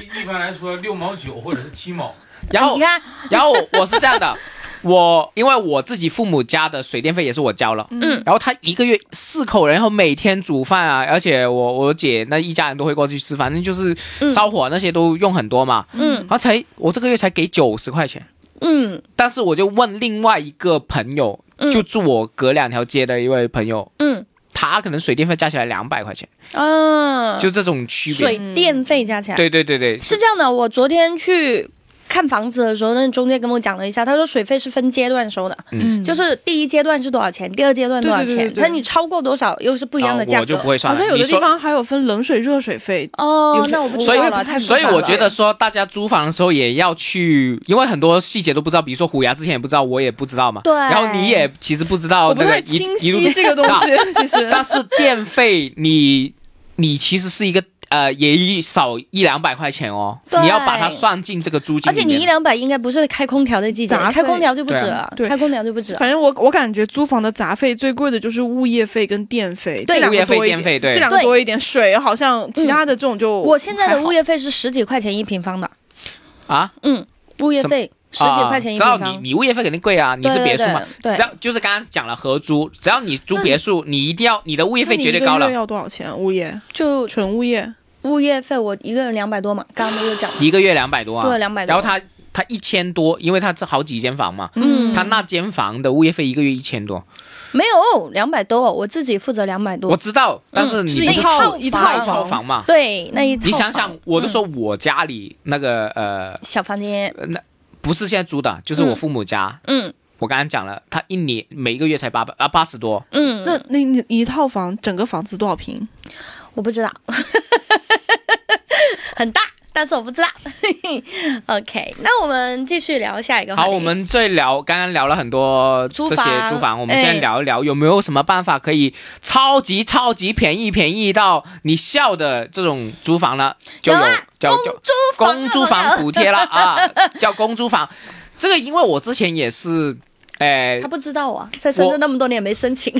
Speaker 4: 一一般来说六毛九或者是七毛，
Speaker 1: 然后
Speaker 2: 你看，
Speaker 1: 然后我是这样的，我因为我自己父母家的水电费也是我交了，
Speaker 2: 嗯，
Speaker 1: 然后他一个月四口人，然后每天煮饭啊，而且我我姐那一家人都会过去吃，反正就是烧火那些都用很多嘛，
Speaker 2: 嗯
Speaker 1: 然后才我这个月才给九十块钱，
Speaker 2: 嗯
Speaker 1: 但是我就问另外一个朋友，
Speaker 2: 嗯
Speaker 1: 就住我隔两条街的一位朋友，
Speaker 2: 嗯
Speaker 1: 他可能水电费加起来两百块钱，
Speaker 2: 嗯，
Speaker 1: 就这种区别。
Speaker 2: 水电费加起来。
Speaker 1: 对对对对，
Speaker 2: 是这样的，我昨天去看房子的时候，那中介跟我讲了一下，他说水费是分阶段收的，
Speaker 3: 嗯
Speaker 2: 就是第一阶段是多少钱，第二阶段多少
Speaker 3: 对对
Speaker 2: 钱
Speaker 3: 对，对
Speaker 2: 那你超过多少又是不一样的价
Speaker 1: 我就
Speaker 2: 格
Speaker 1: 不。会算
Speaker 3: 好
Speaker 1: 了。
Speaker 3: 像有
Speaker 1: 你
Speaker 3: 的地
Speaker 1: 说
Speaker 3: 方还有分冷水、热水费。
Speaker 2: 哦
Speaker 3: 有，
Speaker 2: 那我不知
Speaker 1: 所以
Speaker 2: 道了，太复杂
Speaker 1: 所
Speaker 2: 了
Speaker 1: 以我觉得说，大家租房的时候也要去，因为很多细节都不知道，比如说虎牙之前也不知道，我也不知道嘛。
Speaker 2: 对
Speaker 1: 然后你也其实不知道
Speaker 3: 我不
Speaker 1: 那个
Speaker 3: 太
Speaker 1: 一
Speaker 3: 清
Speaker 1: 一路
Speaker 3: 晰这个东西， 其实
Speaker 1: 但是电费你你其实是一个呃也一少一两百块钱哦，
Speaker 2: 对
Speaker 1: 你要把它算进这个租金
Speaker 2: 而
Speaker 1: 里
Speaker 2: 且
Speaker 1: 面。
Speaker 2: 你一两百应该不是开空调的季节，
Speaker 3: 杂费
Speaker 2: 开空调就不止
Speaker 1: 对
Speaker 2: 了，
Speaker 3: 对
Speaker 2: 开空调就不止了。
Speaker 3: 反正我我感觉租房的杂费最贵的就是物业费跟电费，
Speaker 2: 对
Speaker 3: 这两
Speaker 1: 物业
Speaker 3: 个
Speaker 1: 费
Speaker 3: 多一
Speaker 1: 电费
Speaker 3: 点，
Speaker 1: 对
Speaker 3: 这两个多一点。水好像其他的这种就
Speaker 2: 嗯我现在的物
Speaker 3: 业
Speaker 2: 业费是十几块钱一平方的，
Speaker 1: 啊，
Speaker 2: 嗯，物业费十几块钱一
Speaker 1: 只要
Speaker 2: 平
Speaker 1: 你
Speaker 2: 方。
Speaker 1: 你物业费肯定贵啊，你是
Speaker 2: 对对
Speaker 1: 别墅嘛，
Speaker 2: 对对
Speaker 1: 只要就是刚刚讲了合租，只要你租
Speaker 3: 那你
Speaker 1: 别墅，你一定要你的物业费绝对高了，
Speaker 3: 要多少钱？物业
Speaker 2: 就
Speaker 3: 纯物业
Speaker 2: 物业费，我一个人两百多嘛，刚刚没有讲，
Speaker 1: 一个月两百多啊，
Speaker 2: 对，两百多。
Speaker 1: 然后他他一千多，因为他这好几间房嘛，
Speaker 2: 嗯
Speaker 1: 他那间房的物业费一个月一千多，
Speaker 2: 没有两百多，我自己负责两百多
Speaker 1: 我。知道，但是你
Speaker 2: 嗯是
Speaker 1: 不
Speaker 2: 一套
Speaker 1: 说
Speaker 2: 一
Speaker 1: 套
Speaker 2: 套
Speaker 1: 套
Speaker 2: 房
Speaker 1: 房嘛，
Speaker 2: 对，那一套
Speaker 1: 你想
Speaker 2: 房嗯
Speaker 1: 想，我就说我家里那个呃，
Speaker 2: 小房间，
Speaker 1: 不是现在租的，就是我
Speaker 2: 嗯
Speaker 1: 父母家，
Speaker 2: 嗯
Speaker 1: 我刚刚讲了，他一年每个月才八百啊八十多，
Speaker 2: 嗯，
Speaker 3: 那那你一套房整个房子多少平？
Speaker 2: 我不知道， 很大，但是我不知道。OK，那我们继续聊下一个话
Speaker 1: 好，
Speaker 2: 题。
Speaker 1: 我们再聊，刚刚聊了很多这
Speaker 2: 租
Speaker 1: 些
Speaker 2: 房
Speaker 1: 租房，我们现在
Speaker 2: 哎
Speaker 1: 聊一聊有没有什么办法可以超级超级便宜，便宜到你笑的这种租房了，就有
Speaker 2: 有啊
Speaker 1: 叫叫
Speaker 2: 租房
Speaker 1: 公租房补贴了啊， 叫公租房。这个因为我之前也是，哎、
Speaker 2: 他不知道啊，在深
Speaker 1: 我
Speaker 2: 圳那么多年没申请。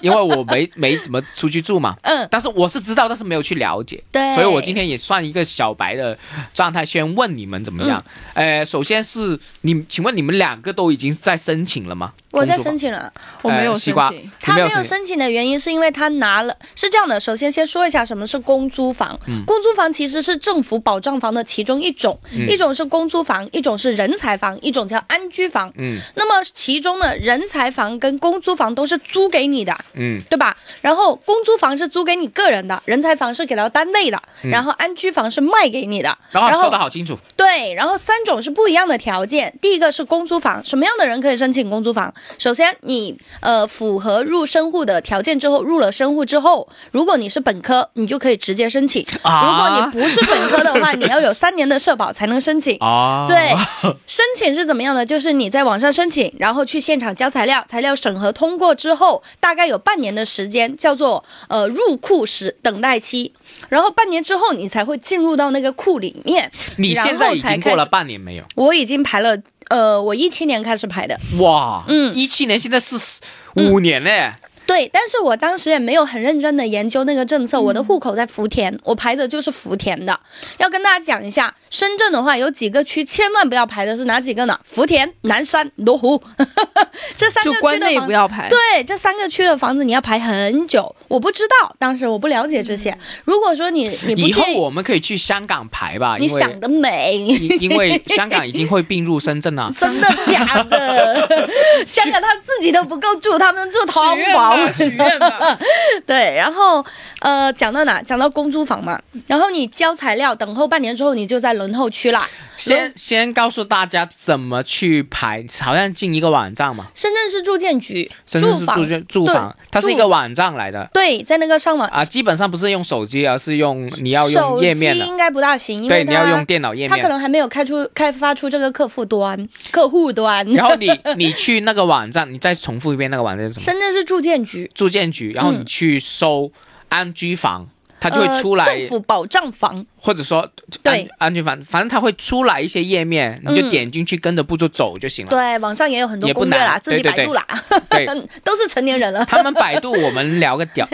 Speaker 1: 因为我没没怎么出去住嘛，
Speaker 2: 嗯，
Speaker 1: 但是我是知道，但是没有去了解，
Speaker 2: 对
Speaker 1: 所以我今天也算一个小白的状态，先问你们怎么样？
Speaker 2: 嗯
Speaker 1: 呃，首先是你，请问你们两个都已经在申请了吗？
Speaker 2: 我在
Speaker 1: 公租
Speaker 2: 申
Speaker 1: 房，
Speaker 2: 请了，
Speaker 3: 我没有
Speaker 1: 呃西
Speaker 3: 申
Speaker 1: 瓜，
Speaker 3: 请。
Speaker 1: 你
Speaker 2: 他没有
Speaker 1: 申请。
Speaker 2: 申请的原因是因为他拿了是这样的。首先，先说一下什么是公租房。公租房其实是政府保障房的其中一种，一种是公租房，一种是人才房，一种叫安居房。
Speaker 1: 嗯
Speaker 2: 那么其中呢，人才房跟公租房都是租给你的，
Speaker 1: 嗯，
Speaker 2: 对吧？然后公租房是租给你个人的，人才房是给到单位的，然后安居房是卖给你的。
Speaker 1: 然后
Speaker 2: 然
Speaker 1: 说
Speaker 2: 后
Speaker 1: 的好清楚，
Speaker 2: 对，然后三种是不一样的条件。第一个是公租房，什么样的人可以申请公租房？首先你呃符合入深户的条件之后，入了深户之后，如果你是本科，你就可以直接申请；
Speaker 1: 啊
Speaker 2: 如果你不是本科的话，你要有三年的社保才能申请。
Speaker 1: 哦，
Speaker 2: 对，申请是怎么样的？就是你在网上申请，然后去现场交材料，材料审核通过之后，大概有半年的时间，叫做呃入库时等待期。然后半年之后，你才会进入到那个库里面。
Speaker 1: 你现在已
Speaker 2: 然后才
Speaker 1: 经过
Speaker 2: 开始
Speaker 1: 了半年没有？
Speaker 2: 我已经排了，呃，我一七年开始排的，
Speaker 1: 哇，
Speaker 2: 嗯
Speaker 1: 一七年现在是十五年嘞，
Speaker 2: 对，但是我当时也没有很认真的研究那个政策，我
Speaker 3: 嗯
Speaker 2: 的户口在福田，我排的就是福田的。要跟大家讲一下，深圳的话有几个区千万不要排的是哪几个呢？福田、南山、罗湖， 这三个
Speaker 3: 就
Speaker 2: 区
Speaker 3: 关
Speaker 2: 的
Speaker 3: 内
Speaker 2: 房
Speaker 3: 不要排，
Speaker 2: 对，这三个区的房子你要排很久，我不知道，当时我不了解这些。
Speaker 3: 嗯
Speaker 2: 如果说你你不
Speaker 1: 以后
Speaker 2: 介意，
Speaker 1: 我们可以去香港排吧，
Speaker 2: 你
Speaker 1: 因为
Speaker 2: 想 得美，。
Speaker 1: 因因为香港已经会并入深圳啊了
Speaker 2: 真的假的？ 香港他自己都不够住，他们住套
Speaker 3: 许愿
Speaker 2: 房。
Speaker 3: 吧， 许愿吧。
Speaker 2: 对，然后呃，讲到哪？讲到公租房嘛。然后你交材料，等候半年之后，你就在轮候区啦。
Speaker 1: 先先告诉大家怎么去排，好像进一个网站嘛，
Speaker 2: 深圳市住建局
Speaker 1: 深圳市
Speaker 2: 房
Speaker 1: 住建住
Speaker 2: 对
Speaker 1: 房，它是一
Speaker 2: 住
Speaker 1: 个网站来的
Speaker 2: 对，在那个上网
Speaker 1: 啊，基本上不是用手机，而是用你要用
Speaker 2: 手
Speaker 1: 页
Speaker 2: 机
Speaker 1: 面的，
Speaker 2: 应该不大行，因
Speaker 1: 对，
Speaker 2: 为
Speaker 1: 你要
Speaker 2: 它
Speaker 1: 用电脑页
Speaker 2: 它可
Speaker 1: 面。
Speaker 2: 能还没有开出开发出这个客户端客户端。
Speaker 1: 然后你 你去那个网站，你再重复一遍那个网站是什么？
Speaker 2: 深圳市住建局
Speaker 1: 住建局，然后你
Speaker 2: 嗯
Speaker 1: 去搜安居房，它就会
Speaker 2: 呃
Speaker 1: 出来，
Speaker 2: 政府保障房，
Speaker 1: 或者说
Speaker 2: 对
Speaker 1: 安安居房，反正它会出来一些页面，你就
Speaker 2: 嗯
Speaker 1: 点进去跟着步骤走就行了。
Speaker 2: 对，网上也有很多
Speaker 1: 啊也不
Speaker 2: 攻略啦，
Speaker 1: 难
Speaker 2: 自己
Speaker 1: 对对
Speaker 2: 百度啦，
Speaker 1: 对，
Speaker 2: 都是成年 人了，
Speaker 1: 他们百度，我们聊个 屌，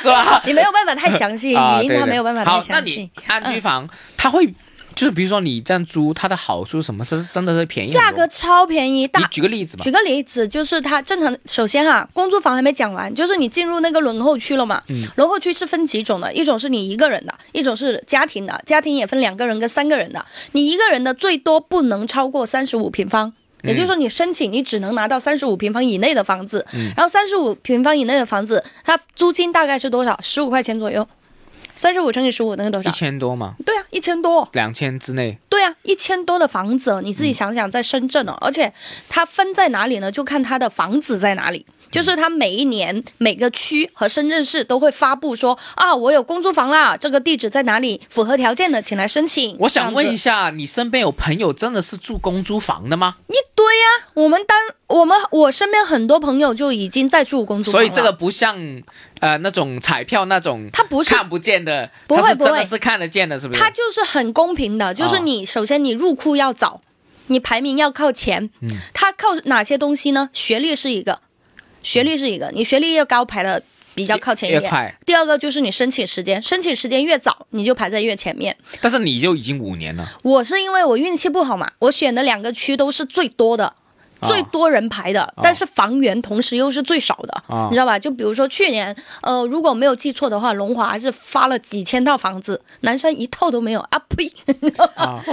Speaker 1: 是吧？
Speaker 2: 你没有办法太详细，
Speaker 1: 啊，
Speaker 2: 语音
Speaker 1: 对
Speaker 2: 它
Speaker 1: 对
Speaker 2: 没有办法太
Speaker 1: 好，那
Speaker 2: 详
Speaker 1: 你
Speaker 2: 细。
Speaker 1: 安居房，它会就是比如说你这样租，它的好处是什么是真的是便宜很多，
Speaker 2: 价格超便宜，
Speaker 1: 你
Speaker 2: 大
Speaker 1: 举个例子吧
Speaker 2: 举。个例子，就是它正常，首先哈、公租房还没讲完，就是你进入那个轮候区了嘛。
Speaker 1: 嗯
Speaker 2: 轮候区是分几种的，一种是你一个人的，一种是家庭的，家庭也分两个人跟三个人的。你一个人的最多不能超过三十五平方。
Speaker 1: 嗯
Speaker 2: 也就是说，你申请你只能拿到三十五平方以内的房子，
Speaker 1: 嗯
Speaker 2: 然后三十五平方以内的房子，它租金大概是多少？十五块钱左右，三十五乘以十五等于多
Speaker 1: 一
Speaker 2: 少？
Speaker 1: 千多嘛，
Speaker 2: 对啊，一千多。
Speaker 1: 两千之内，
Speaker 2: 对啊，一千多的房子，
Speaker 1: 嗯
Speaker 2: 你自己想想，在深圳哦，而且它分在哪里呢？就看它的房子在哪里。就是它每一年每个区和深圳市都会发布说啊，我有公租房啦，这个地址在哪里，符合条件的请来申请。
Speaker 1: 我想问一
Speaker 2: 下，
Speaker 1: 下，你身边有朋友真的是住公租房的吗？
Speaker 2: 一堆呀、我们当我们我身边很多朋友就已经在住公租房
Speaker 1: 所
Speaker 2: 了，
Speaker 1: 以这个不像呃那种彩票那种，
Speaker 2: 它不是
Speaker 1: 看不见的，
Speaker 2: 不会
Speaker 1: 它是真
Speaker 2: 不
Speaker 1: 的
Speaker 2: 会
Speaker 1: 是看得见的，是不是？
Speaker 2: 它就是很公平
Speaker 1: 啊
Speaker 2: 的，就是你首先你入库要早，你排名要靠前。
Speaker 1: 嗯
Speaker 2: 它靠哪些东西呢？学历是一个，学历是一个，你学历越高排的比较靠前一
Speaker 1: 嗯越越
Speaker 2: 点。
Speaker 1: 快，
Speaker 2: 第二个就是你申请时间，申请时间越早，你就排在越前面。
Speaker 1: 但是你就已经五 年了，
Speaker 2: 我是因为我运气不好嘛，我选的两个区都是最多的。
Speaker 1: 哦
Speaker 2: 最多人排的，但是房源同时又是最少的，
Speaker 1: 哦
Speaker 2: 你知道吧？就比如说去年，呃，如果没有记错的话，龙华是发了几千套房子，南山一套都没有啊呸！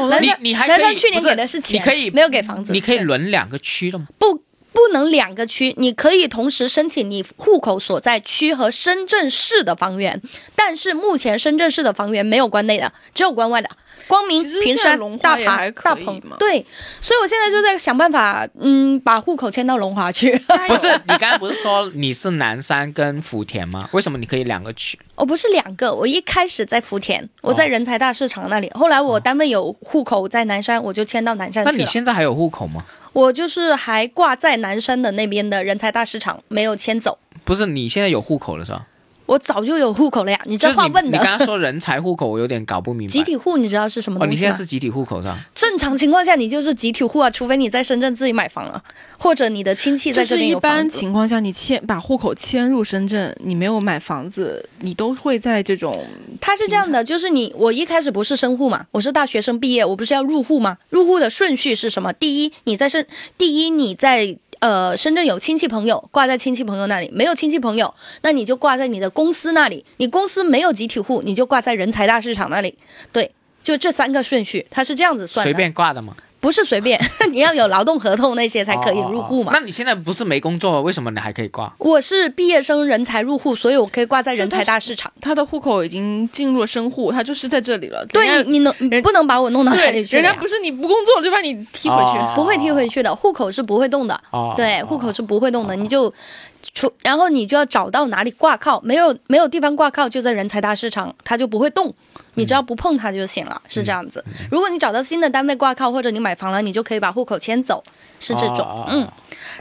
Speaker 2: 南
Speaker 1: 你
Speaker 2: 山
Speaker 1: 你还
Speaker 2: 南
Speaker 1: 可以
Speaker 2: 山去年
Speaker 1: 不是
Speaker 2: 给的是
Speaker 1: 你
Speaker 2: 钱，
Speaker 1: 可以
Speaker 2: 没有给房子，
Speaker 1: 你可以
Speaker 2: 对
Speaker 1: 轮两个区了吗？
Speaker 2: 不不能两个区，你可以同时申请你户口所在区和深圳市的房源，但是目前深圳市的房源没有关内的，只有关外的，光明
Speaker 3: 其实、
Speaker 2: 坪
Speaker 3: 现在
Speaker 2: 山
Speaker 3: 龙、华
Speaker 2: 大
Speaker 3: 也
Speaker 2: 爬
Speaker 3: 还、可
Speaker 2: 大
Speaker 3: 以
Speaker 2: 鹏
Speaker 3: 嘛，
Speaker 2: 对，所以我现在就在想办法，嗯，把户口迁到龙华去。
Speaker 1: 不是，你刚才不是说你是南山跟福田吗？为什么你可以两个区？
Speaker 2: 我哦不是两个，我一开始在福田，我在
Speaker 1: 哦
Speaker 2: 人才大市场那里，后来我单位有户口在南山，我就迁到南山
Speaker 1: 那
Speaker 2: 去
Speaker 1: 你
Speaker 2: 了。
Speaker 1: 现在还有户口吗？
Speaker 2: 我就是还挂在南山的那边的人才大市场，没有迁走。
Speaker 1: 不是，你现在有户口了是吧？
Speaker 2: 我早就有户口了呀，你
Speaker 1: 就
Speaker 2: 这
Speaker 1: 是
Speaker 2: 话
Speaker 1: 你
Speaker 2: 问
Speaker 1: 你刚
Speaker 2: 的。
Speaker 1: 刚说人才户口，我有点搞不明白。
Speaker 2: 集体户你知道是什么
Speaker 1: 哦，
Speaker 2: 东
Speaker 1: 你
Speaker 2: 西
Speaker 1: 现
Speaker 2: 吗？
Speaker 1: 在是集体户口是吧？
Speaker 2: 正常情况下你就是集体户啊，除非你在深圳自己买房了，或者你的亲戚在
Speaker 3: 就
Speaker 2: 这
Speaker 3: 是
Speaker 2: 边
Speaker 3: 一
Speaker 2: 有房
Speaker 3: 般
Speaker 2: 子。
Speaker 3: 情况下，你迁把户口迁入深圳，你没有买房子，你都会在这种
Speaker 2: 他是这样的，就是你我一开始不是申户嘛，我是大学生毕业，我不是要入户吗？入户的顺序是什么？第一，你在深，第一你在。呃，深圳有亲戚朋友挂在亲戚朋友那里，没有亲戚朋友，那你就挂在你的公司那里。你公司没有集体户，你就挂在人才大市场那里。对，就这三个顺序，它是这样子算的。
Speaker 1: 随便挂的吗？
Speaker 2: 不是随便， 你要有劳动合同那些才可以入户嘛。
Speaker 1: 那你现在不是没工作，为什么你还可以挂？
Speaker 2: 我是毕业生人才入户，所以我可以挂在人才大市场。
Speaker 3: 他的户口已经进入了深户，他就是在这里了。
Speaker 2: 对
Speaker 3: 人家
Speaker 2: 你，你能你不能把我弄到哪
Speaker 3: 对
Speaker 2: 里去
Speaker 3: 人
Speaker 2: 的
Speaker 3: 家
Speaker 2: 呀？
Speaker 3: 不是你不工作就把你踢回去。
Speaker 1: 哦
Speaker 2: 不会踢回去的，户口是不会动的。
Speaker 1: 哦，
Speaker 2: 对，
Speaker 1: 哦
Speaker 2: 户口是不会动的，你就出，然后你就要找到哪里挂靠，没有没有地方挂靠，就在人才大市场，它就不会动，你只要不碰它就行
Speaker 3: 嗯
Speaker 2: 了，是这样子。如果你找到新的单位挂靠，或者你买房了，你就可以把户口迁走，是这
Speaker 1: 哦哦
Speaker 2: 种
Speaker 1: 哦，
Speaker 2: 嗯。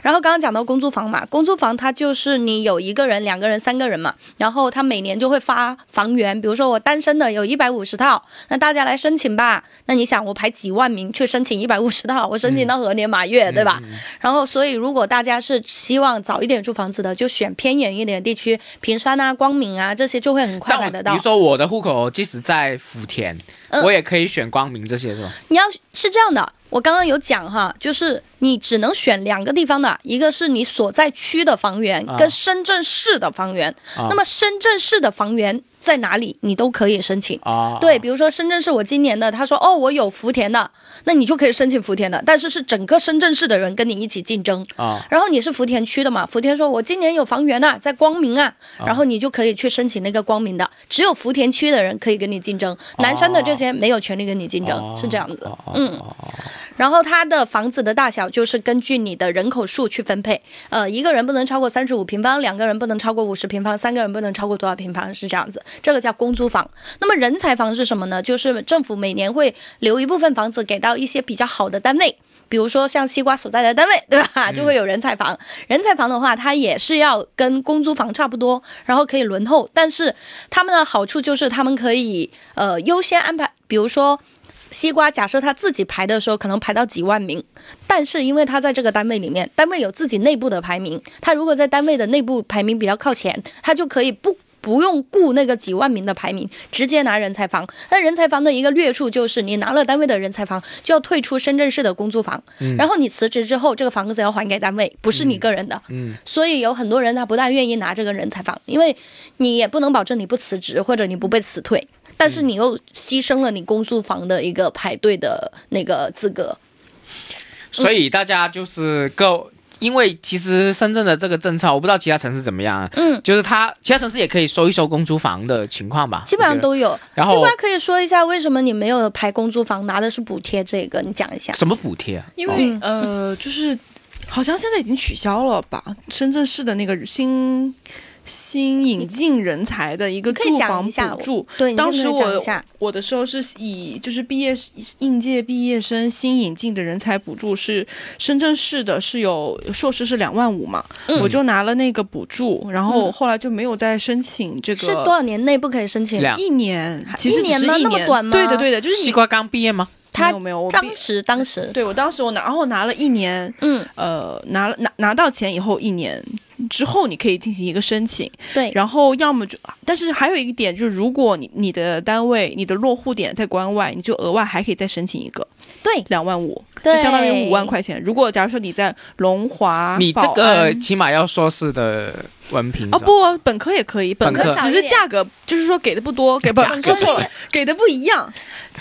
Speaker 2: 然后刚刚讲到公租房嘛，公租房它就是你有一个人、两个人、三个人嘛，然后它每年就会发房源，比如说我单身的有一百五十套，那大家来申请吧。那你想，我排几万名去申请一百五十套，我申
Speaker 1: 嗯
Speaker 2: 请到鹅年马月，对吧？然后，所以如果大家是希望早一点住房子的，就选偏远一点的地区，坪山啊、光明啊这些就会很快
Speaker 1: 但我
Speaker 2: 买得到
Speaker 1: 比如。说我的户口即使在福田，
Speaker 2: 嗯
Speaker 1: 我也可以选光明这些是吧？
Speaker 2: 你要是这样的，我刚刚有讲哈，就是你只能选两个地方的，一个是你所在区的房源
Speaker 1: 啊
Speaker 2: 跟深圳市的房源。
Speaker 1: 啊
Speaker 2: 那么深圳市的房源在哪里，你都可以申请。
Speaker 1: 啊，
Speaker 2: 对，比如说深圳市，我今年的，他说哦，我有福田的，那你就可以申请福田的，但是是整个深圳市的人跟你一起竞争。
Speaker 1: 啊，
Speaker 2: 然后你是福田区的嘛？福田说，我今年有房源啊，在光明啊，然后你就可以去申请那个光明的，只有福田区的人可以跟你竞争，南山的这间没有权利跟你竞争，
Speaker 1: 哦
Speaker 2: 是这样子。
Speaker 1: 哦哦
Speaker 2: 嗯，然后它的房子的大小就是根据你的人口数去分配，呃，一个人不能超过三十五平方，两个人不能超过五十平方，三个人不能超过多少平方，是这样子。这个叫公租房。那么人才房是什么呢？就是政府每年会留一部分房子给到一些比较好的单位。比如说像西瓜所在的单位， 对吧？就会有人才房。人才房的话，它也是要跟公租房差不多，然后可以轮候。但是他们的好处就是他们可以呃优先安排，比如说西瓜，假设他自己排的时候可能排到几万名，但是因为他在这个单位里面，单位有自己内部的排名，他如果在单位的内部排名比较靠前，他就可以不。不用顾那个几万名的排名，直接拿人才房。那人才房的一个劣处就是，你拿了单位的人才房，就要退出深圳市的公租房，
Speaker 1: 嗯
Speaker 2: 然后你辞职之后，这个房子要还给单位，不是你个人的。
Speaker 1: 嗯，
Speaker 2: 所以有很多人他不大愿意拿这个人才房，因为你也不能保证你不辞职或者你不被辞退，
Speaker 1: 嗯
Speaker 2: 但是你又牺牲了你公租房的一个排队的那个资格。
Speaker 1: 所以大家就是各，因为其实深圳的这个政策，我不知道其他城市怎么样啊，
Speaker 2: 嗯，
Speaker 1: 就是它其他城市也可以收一收公租房的情况吧，
Speaker 2: 基本上
Speaker 1: 我觉得
Speaker 2: 都有。
Speaker 1: 然
Speaker 2: 西
Speaker 1: 后
Speaker 2: 瓜可以说一下为什么你没有排公租房，拿的是补贴这个，你讲一下。
Speaker 1: 什么补贴啊？
Speaker 3: 因为、
Speaker 2: 嗯
Speaker 3: 呃，就是好像现在已经取消了吧？深圳市的那个新新引进人才的一个
Speaker 2: 你可以
Speaker 3: 住
Speaker 2: 讲
Speaker 3: 房
Speaker 2: 一下
Speaker 3: 补助，
Speaker 2: 对，你
Speaker 3: 当
Speaker 2: 先
Speaker 3: 时
Speaker 2: 跟他讲
Speaker 3: 我
Speaker 2: 一下
Speaker 3: 我的时候是以就是毕业应届毕业生新引进的人才补助是深圳市的，是有硕士是两万五嘛，
Speaker 2: 嗯
Speaker 3: 我就拿了那个补助，然后后来就没有再申请这个。
Speaker 2: 是多少年内不可以申请？
Speaker 1: 两
Speaker 3: 一年，其实只是
Speaker 2: 啊一年吗
Speaker 3: 一
Speaker 2: 那么短吗
Speaker 3: 对的，对的，就是
Speaker 1: 西
Speaker 3: 你
Speaker 1: 瓜刚毕业吗？
Speaker 2: 他
Speaker 3: 没有没有，我毕
Speaker 2: 当时当时，
Speaker 3: 对我当时我拿，然后拿了一年，
Speaker 2: 嗯，
Speaker 3: 呃，拿了拿拿到钱以后一年之后，你可以进行一个申请，
Speaker 2: 对，
Speaker 3: 然后要么就，但是还有一个点就是，如果你你的单位你的落户点在关外，你就额外还可以再申请一个
Speaker 2: 对
Speaker 3: 两万五，就
Speaker 2: 对
Speaker 3: 相当于五万块钱。如果假如说你在龙华，
Speaker 1: 你这
Speaker 3: 宝
Speaker 1: 个
Speaker 3: 安
Speaker 1: 起码要硕士的文凭
Speaker 3: 啊
Speaker 1: 是吧，
Speaker 3: 不，本科也可以，本
Speaker 1: 本科
Speaker 2: 少
Speaker 3: 只
Speaker 2: 一
Speaker 3: 是
Speaker 2: 点
Speaker 3: 价格就是说给的不多，给不
Speaker 1: 本
Speaker 2: 科
Speaker 3: 说错了，给的不一样，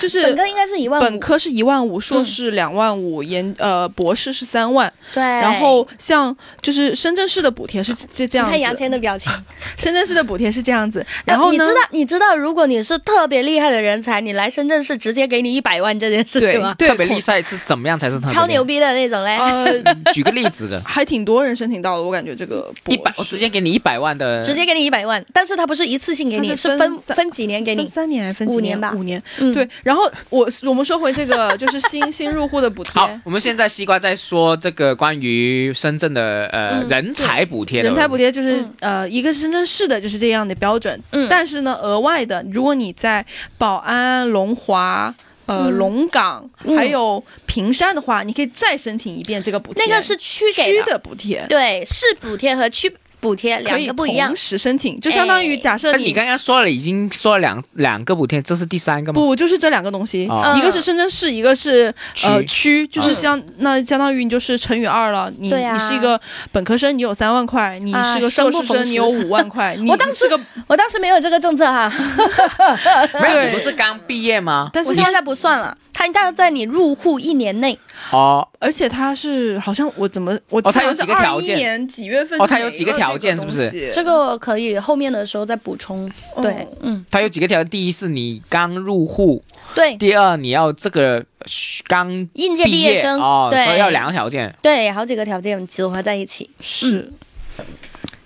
Speaker 3: 就是
Speaker 2: 本科应该是一万
Speaker 3: 本
Speaker 2: 五，嗯
Speaker 3: 科是一万五，硕士两万五，研呃博士是三万。
Speaker 2: 对，
Speaker 3: 然后像就是深圳市的补贴是这
Speaker 2: 你
Speaker 3: 这样
Speaker 2: 看杨
Speaker 3: 子，
Speaker 2: 千的表情。
Speaker 3: 深圳市的补贴是这样子。 然后
Speaker 2: 呃你
Speaker 3: 呢
Speaker 2: 知？道，你知道，如果你是特别厉害的人才，你来深圳是直接给你一百万这件事情 吗？
Speaker 3: 对
Speaker 1: 特别厉害是怎么样才是特别
Speaker 2: 超
Speaker 1: 厉害
Speaker 2: 牛？逼的那种嘞！
Speaker 3: 呃，，
Speaker 1: 举个例子的
Speaker 3: 还挺多人申请到的，我感觉这个博
Speaker 1: 一百，我直接给你一百万的，
Speaker 2: 直接给你一百万，但是他不是一次性给你，
Speaker 3: 它是
Speaker 2: 是分
Speaker 3: 分散
Speaker 2: 分几年给
Speaker 3: 分
Speaker 2: 你。
Speaker 3: 三年还分几
Speaker 2: 五年吧
Speaker 3: 五年。
Speaker 2: 嗯，
Speaker 3: 对，，然后我我们说回这个就是新新入户的补
Speaker 1: 好
Speaker 3: 贴，，
Speaker 1: 我们现在西瓜在说这个关于深圳的呃、
Speaker 2: 嗯
Speaker 1: 人才补贴的
Speaker 3: 人才补
Speaker 1: 贴，
Speaker 3: 贴就是
Speaker 2: 嗯
Speaker 3: 呃一个是深圳市的就是这样的标准，
Speaker 2: 嗯，
Speaker 3: 但是呢额外的，如果你在宝安、龙华。呃，
Speaker 2: 嗯
Speaker 3: 龙岗
Speaker 2: 嗯
Speaker 3: 还有平山的话，你可以再申请一遍这个补贴。
Speaker 2: 那个是区给
Speaker 3: 区
Speaker 2: 的，
Speaker 3: 的补贴，
Speaker 2: 对，市补贴和区补贴
Speaker 3: 可
Speaker 2: 两
Speaker 3: 以
Speaker 2: 个不一样
Speaker 3: 同。时申请，就相当于
Speaker 2: 哎
Speaker 3: 假设
Speaker 1: 但你刚刚说了，已经说了两两个补贴，这是第三个吗？
Speaker 3: 不就是这两个东西，
Speaker 2: 嗯
Speaker 1: 哦
Speaker 3: 一个是深圳市，一个是呃
Speaker 1: 区
Speaker 3: 区，就是
Speaker 1: 嗯
Speaker 3: 相那相当于你就是乘以二了。你
Speaker 2: 对啊
Speaker 3: 你是一个本科生，你有三万块；你
Speaker 2: 啊
Speaker 3: 是个
Speaker 2: 生
Speaker 3: 硕
Speaker 2: 不
Speaker 3: 士
Speaker 2: 逢
Speaker 3: 生，
Speaker 2: 时
Speaker 3: 你有五万 块。你
Speaker 2: 我当时
Speaker 3: 是个，
Speaker 2: 我当时没有这个政策 哈，
Speaker 1: 没有，
Speaker 3: 对
Speaker 1: 你不是刚毕业吗？
Speaker 3: 但是
Speaker 2: 我现在不算了，他他要在你入户一年内，
Speaker 1: 哦
Speaker 3: 而且它是好像我怎么我
Speaker 1: 哦它有几个条件
Speaker 3: 21年几月份
Speaker 1: 哦它有几个条件
Speaker 3: 没了
Speaker 1: 是不是
Speaker 3: 这个
Speaker 2: 这
Speaker 3: 东西
Speaker 2: 个我可以后面的时候再补充。
Speaker 3: 哦
Speaker 2: 对，嗯，
Speaker 1: 它有几个条件，第一是你刚入户，
Speaker 2: 对，
Speaker 1: 第二你要这个嘘刚
Speaker 2: 应届毕
Speaker 1: 业
Speaker 2: 生
Speaker 1: 哦，，
Speaker 2: 对
Speaker 1: 所以，要两个条件，
Speaker 2: 对，好几个条件结合在一起。
Speaker 3: 是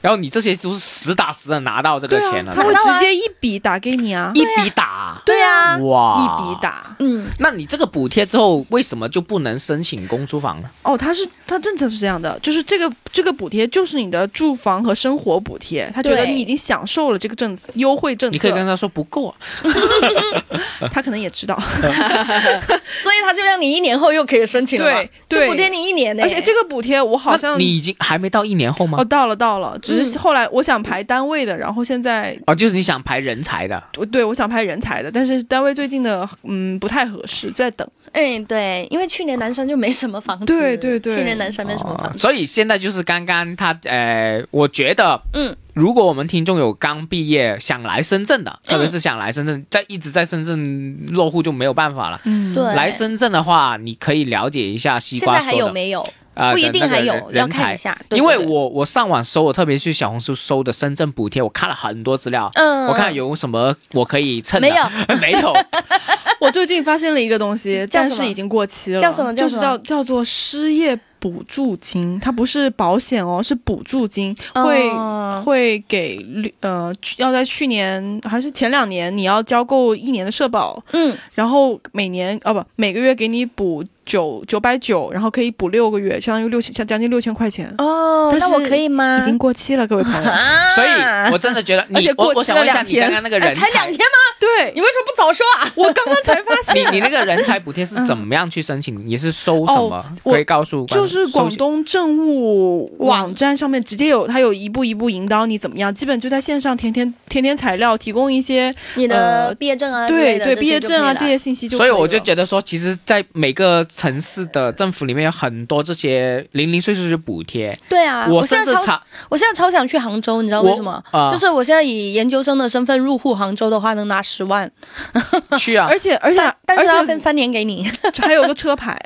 Speaker 1: 然后你这些都是实打实的拿到这个
Speaker 3: 对啊
Speaker 1: 钱，了，
Speaker 3: 他会
Speaker 2: 拿到啊
Speaker 3: 直接一笔打给你啊，
Speaker 1: 一笔打，
Speaker 2: 对啊，
Speaker 1: 哇，
Speaker 3: 一笔。打。
Speaker 2: 嗯，
Speaker 1: 那你这个补贴之后，为什么就不能申请公租房呢？
Speaker 3: 哦，它是它政策是这样的，就是这个这个补贴就是你的住房和生活补贴，他觉得
Speaker 2: 对
Speaker 3: 你已经享受了这个政策优惠政策，
Speaker 1: 你可以跟他说不够啊，
Speaker 3: 他可能 也知道，
Speaker 2: 所以他就让你一年后又可以申请了嘛，就
Speaker 3: 对对
Speaker 2: 补贴你一年呢。
Speaker 3: 而且这个补贴我好
Speaker 1: 那
Speaker 3: 像
Speaker 1: 你已经还没到一年后吗
Speaker 3: 哦？到了到了，只是
Speaker 2: 嗯
Speaker 3: 后来我想排单位的，然后现在
Speaker 1: 哦，就是你想排人才的，
Speaker 3: 我对我想排人才的，但是单位最近的嗯不太合适，在等。
Speaker 2: 嗯，对，因为去年男生就没什么房子，
Speaker 3: 对对对
Speaker 2: 去年男生没什么房
Speaker 1: 哦
Speaker 2: 子，
Speaker 1: 所以现在就是刚刚他呃，我觉得
Speaker 2: 嗯，
Speaker 1: 如果我们听众有刚毕业想来深圳的，
Speaker 2: 嗯
Speaker 1: 特别是想来深圳，在一直在深圳落户就没有办法了。
Speaker 3: 嗯
Speaker 2: 对，
Speaker 1: 来深圳的话，你可以了解一下西
Speaker 2: 现
Speaker 1: 瓜
Speaker 2: 在还有
Speaker 1: 说的
Speaker 2: 没有？
Speaker 1: 啊，
Speaker 2: 不一定
Speaker 1: 的那
Speaker 2: 还
Speaker 1: 个
Speaker 2: 有，
Speaker 1: 人
Speaker 2: 要
Speaker 1: 人
Speaker 2: 看
Speaker 1: 才
Speaker 2: 一。下。对
Speaker 1: 因为
Speaker 2: 对对
Speaker 1: 我我上网搜，我特别去小红书搜的深圳补贴，我看了很多资料，
Speaker 2: 嗯，啊
Speaker 1: 我看有什么我可以蹭的，
Speaker 2: 没有
Speaker 1: 没有，
Speaker 3: 我最近发现了一个东西，
Speaker 2: 叫什
Speaker 3: 但
Speaker 2: 么
Speaker 3: 是已经过期了，
Speaker 2: 叫什么叫
Speaker 3: 就是
Speaker 2: 什么
Speaker 3: 叫叫做失业补助金，它不是保险哦，是补助金，会、
Speaker 2: 嗯
Speaker 3: 会给呃去要在去年还是前两年你要交够一年的社保，
Speaker 2: 嗯，
Speaker 3: 然后每年啊不每个月给你补九九百九，然后可以补六个月，相当于六千将将近六千块钱，
Speaker 2: 哦，
Speaker 3: 但
Speaker 2: 那
Speaker 3: 是
Speaker 2: 我可以吗？
Speaker 3: 已经过期了，各位朋 友。
Speaker 2: 啊，
Speaker 1: 所以我真的觉得
Speaker 3: 而
Speaker 1: 你
Speaker 3: 且，
Speaker 1: 我
Speaker 3: 过期
Speaker 1: 我想
Speaker 3: 了
Speaker 1: 问一下
Speaker 3: 两
Speaker 1: 你刚刚那个人
Speaker 2: 哎才两
Speaker 1: 才
Speaker 2: 天吗？
Speaker 3: 对
Speaker 2: 你为什么不早说啊？
Speaker 3: 我刚刚才发现，
Speaker 1: 你你那个人才补贴是怎么样去申请？你是收什么？
Speaker 3: 嗯哦我
Speaker 1: 可以告诉观众
Speaker 3: 就是广
Speaker 1: 收
Speaker 3: 东政务网站上面直接有，它有一步一步引导你怎么样，基本就在线上填填填填材料，提供一些
Speaker 2: 你的
Speaker 3: 呃
Speaker 2: 毕业证啊之类
Speaker 3: 对
Speaker 2: 的，
Speaker 3: 对毕业证啊这
Speaker 2: 些
Speaker 3: 些信息就可
Speaker 1: 所以我就
Speaker 3: 了
Speaker 1: 觉得说，其实，在每个城市的政府里面有很多这些零零碎碎的补贴。
Speaker 2: 就可以了对啊，我现
Speaker 1: 甚
Speaker 2: 在
Speaker 1: 至
Speaker 2: 超
Speaker 1: 查，
Speaker 2: 我现在超想去杭州，你知道为什么？
Speaker 1: 我啊
Speaker 2: 就是我现在以研究生的身份入户杭州的话，能拿十万，
Speaker 1: 去啊，
Speaker 3: 而且而且
Speaker 2: 但但是要
Speaker 3: 而
Speaker 2: 分三年给 你
Speaker 3: 且 还有个车牌，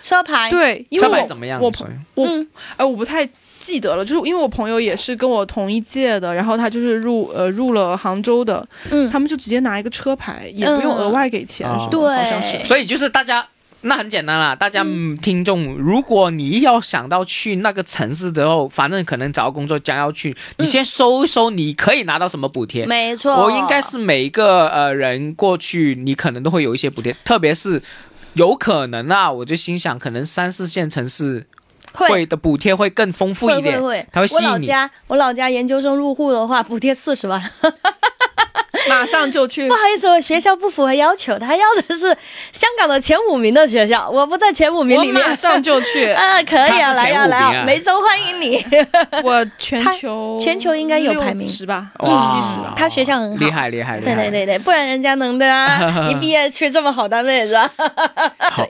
Speaker 2: 车牌。
Speaker 3: 对，因为
Speaker 1: 车牌
Speaker 3: 我
Speaker 1: 怎么样？
Speaker 3: 我
Speaker 1: 所以
Speaker 3: 我
Speaker 2: 哎嗯
Speaker 3: 哎，我不太记得了，就是因为我朋友也是跟我同一届的，然后他就是入呃入了杭州的，
Speaker 2: 嗯，
Speaker 3: 他们就直接拿一个车牌，也不用
Speaker 2: 嗯
Speaker 3: 额外给钱
Speaker 1: 哦
Speaker 3: 什么的，
Speaker 2: 对
Speaker 3: 好像是。
Speaker 1: 所以就是大家。那很简单啦，大家、嗯、听众，如果你要想到去那个城市之后，反正可能找到工作将要去，
Speaker 3: 嗯
Speaker 1: 你先搜一搜，你可以拿到什么补贴？
Speaker 2: 没错，
Speaker 1: 我应该是每一个呃人过去，你可能都会有一些补贴，特别是有可能啊，我就心想，可能三四线城市会
Speaker 2: 会。
Speaker 1: 的补贴会更丰富
Speaker 2: 会
Speaker 1: 一
Speaker 2: 会
Speaker 1: 点，
Speaker 2: 会，
Speaker 1: 它会吸
Speaker 2: 我老
Speaker 1: 引你。
Speaker 2: 家我老家研究生入户的话，补贴四十万。
Speaker 3: 马上就去
Speaker 2: 不好意思，我学校不符合要求，他要的是香港的前五名的学校，我不在前五名
Speaker 3: 我
Speaker 2: 里面。
Speaker 3: 马上 就去，
Speaker 2: 啊，可以
Speaker 1: 他
Speaker 2: 啊，
Speaker 1: 是
Speaker 2: 来
Speaker 1: 前
Speaker 2: 呀、
Speaker 1: 五名
Speaker 2: 来
Speaker 1: 啊
Speaker 2: 呀、梅州欢迎你。
Speaker 3: 我全
Speaker 2: 他
Speaker 3: 球
Speaker 2: 全球应该有排名
Speaker 3: 十吧，六
Speaker 1: 哇
Speaker 3: 七十吧。
Speaker 2: 他学校很好，
Speaker 1: 厉害厉害厉
Speaker 2: 对
Speaker 1: 害！
Speaker 2: 对对对，不然人家能的 啊！一毕业去这么好单位是吧？
Speaker 1: 好，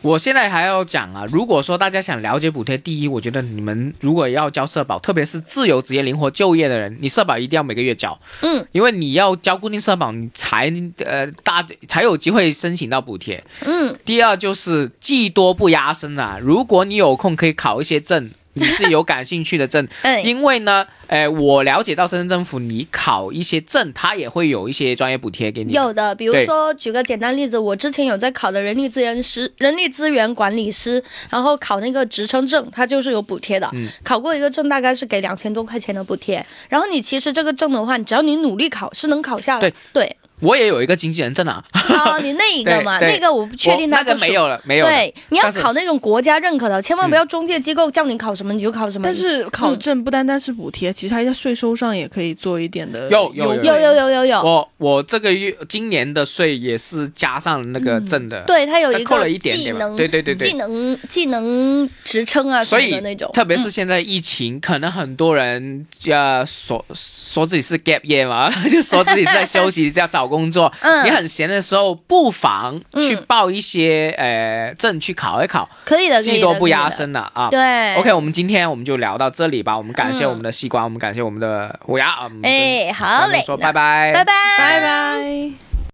Speaker 1: 我现在还要讲啊，如果说大家想了解补贴，第一，我觉得你们如果要交社保，特别是自由职业、灵活就业的人，你社保一定要每个月交，
Speaker 2: 嗯，
Speaker 1: 因为你要交固定社保，你才呃大才有机会申请到补贴。
Speaker 2: 嗯，
Speaker 1: 第二就是技多不压身啊，如果你有空可以考一些证。你自己有感兴趣的证，
Speaker 2: 哎，
Speaker 1: 因为呢，呃，我了解到深圳政府，你考一些证，它也会有一些专业补贴给你。
Speaker 2: 有的，比如
Speaker 1: 对
Speaker 2: 说举个简单例子，我之前有在考的人力资源师、人力资源管理师，然后考那个职称证，它就是有补贴的。
Speaker 1: 嗯
Speaker 2: 考过一个证大概是给两千多块钱的补贴，然后你其实这个证的话，只要你努力考是能考下来
Speaker 1: 对。
Speaker 2: 对，
Speaker 1: 我也有一个经纪人证啊，
Speaker 2: 哦，你那一个嘛，
Speaker 1: 对对
Speaker 2: 那个我不确定
Speaker 1: 我
Speaker 2: 它
Speaker 1: 那个
Speaker 2: 不属
Speaker 1: 没有了，没有了。
Speaker 2: 对，你要
Speaker 1: 但是
Speaker 2: 考那种国家认可的，千万不要中介机构叫你考什么你就考什么。
Speaker 3: 但是考证不单单是补贴，其实它在税收上也可以做一点的
Speaker 1: 有有
Speaker 3: 优惠
Speaker 2: 有有有有有，
Speaker 1: 我我这个月今年的税也是加上那个证的，
Speaker 2: 嗯对，它有
Speaker 1: 再
Speaker 2: 一
Speaker 1: 扣
Speaker 2: 个
Speaker 1: 了一点
Speaker 2: 技
Speaker 1: 点吧
Speaker 2: 能，
Speaker 1: 对对对对
Speaker 2: 技能技能职称啊什
Speaker 1: 所
Speaker 2: 么
Speaker 1: 以
Speaker 2: 的那种。
Speaker 1: 特别是现在疫情，可能很多人呃说说自己是 gap year 嘛， 就说自己是在休息，在找工作。
Speaker 2: 嗯
Speaker 1: 你很闲的时候，不妨去
Speaker 2: 嗯
Speaker 1: 报一些呃证去考一考，
Speaker 2: 可以的，可以
Speaker 1: 技
Speaker 2: 的
Speaker 1: 多不压。
Speaker 2: 可以的
Speaker 1: 身了啊。
Speaker 2: 对
Speaker 1: OK，我们今天我们就聊到这里吧。我们感谢
Speaker 2: 嗯
Speaker 1: 我们的西瓜，我们感谢我们的虎牙啊。我们跟
Speaker 2: 哎，好
Speaker 1: 观众
Speaker 2: 嘞，
Speaker 1: 说拜拜，
Speaker 2: 拜拜，
Speaker 3: 拜。拜。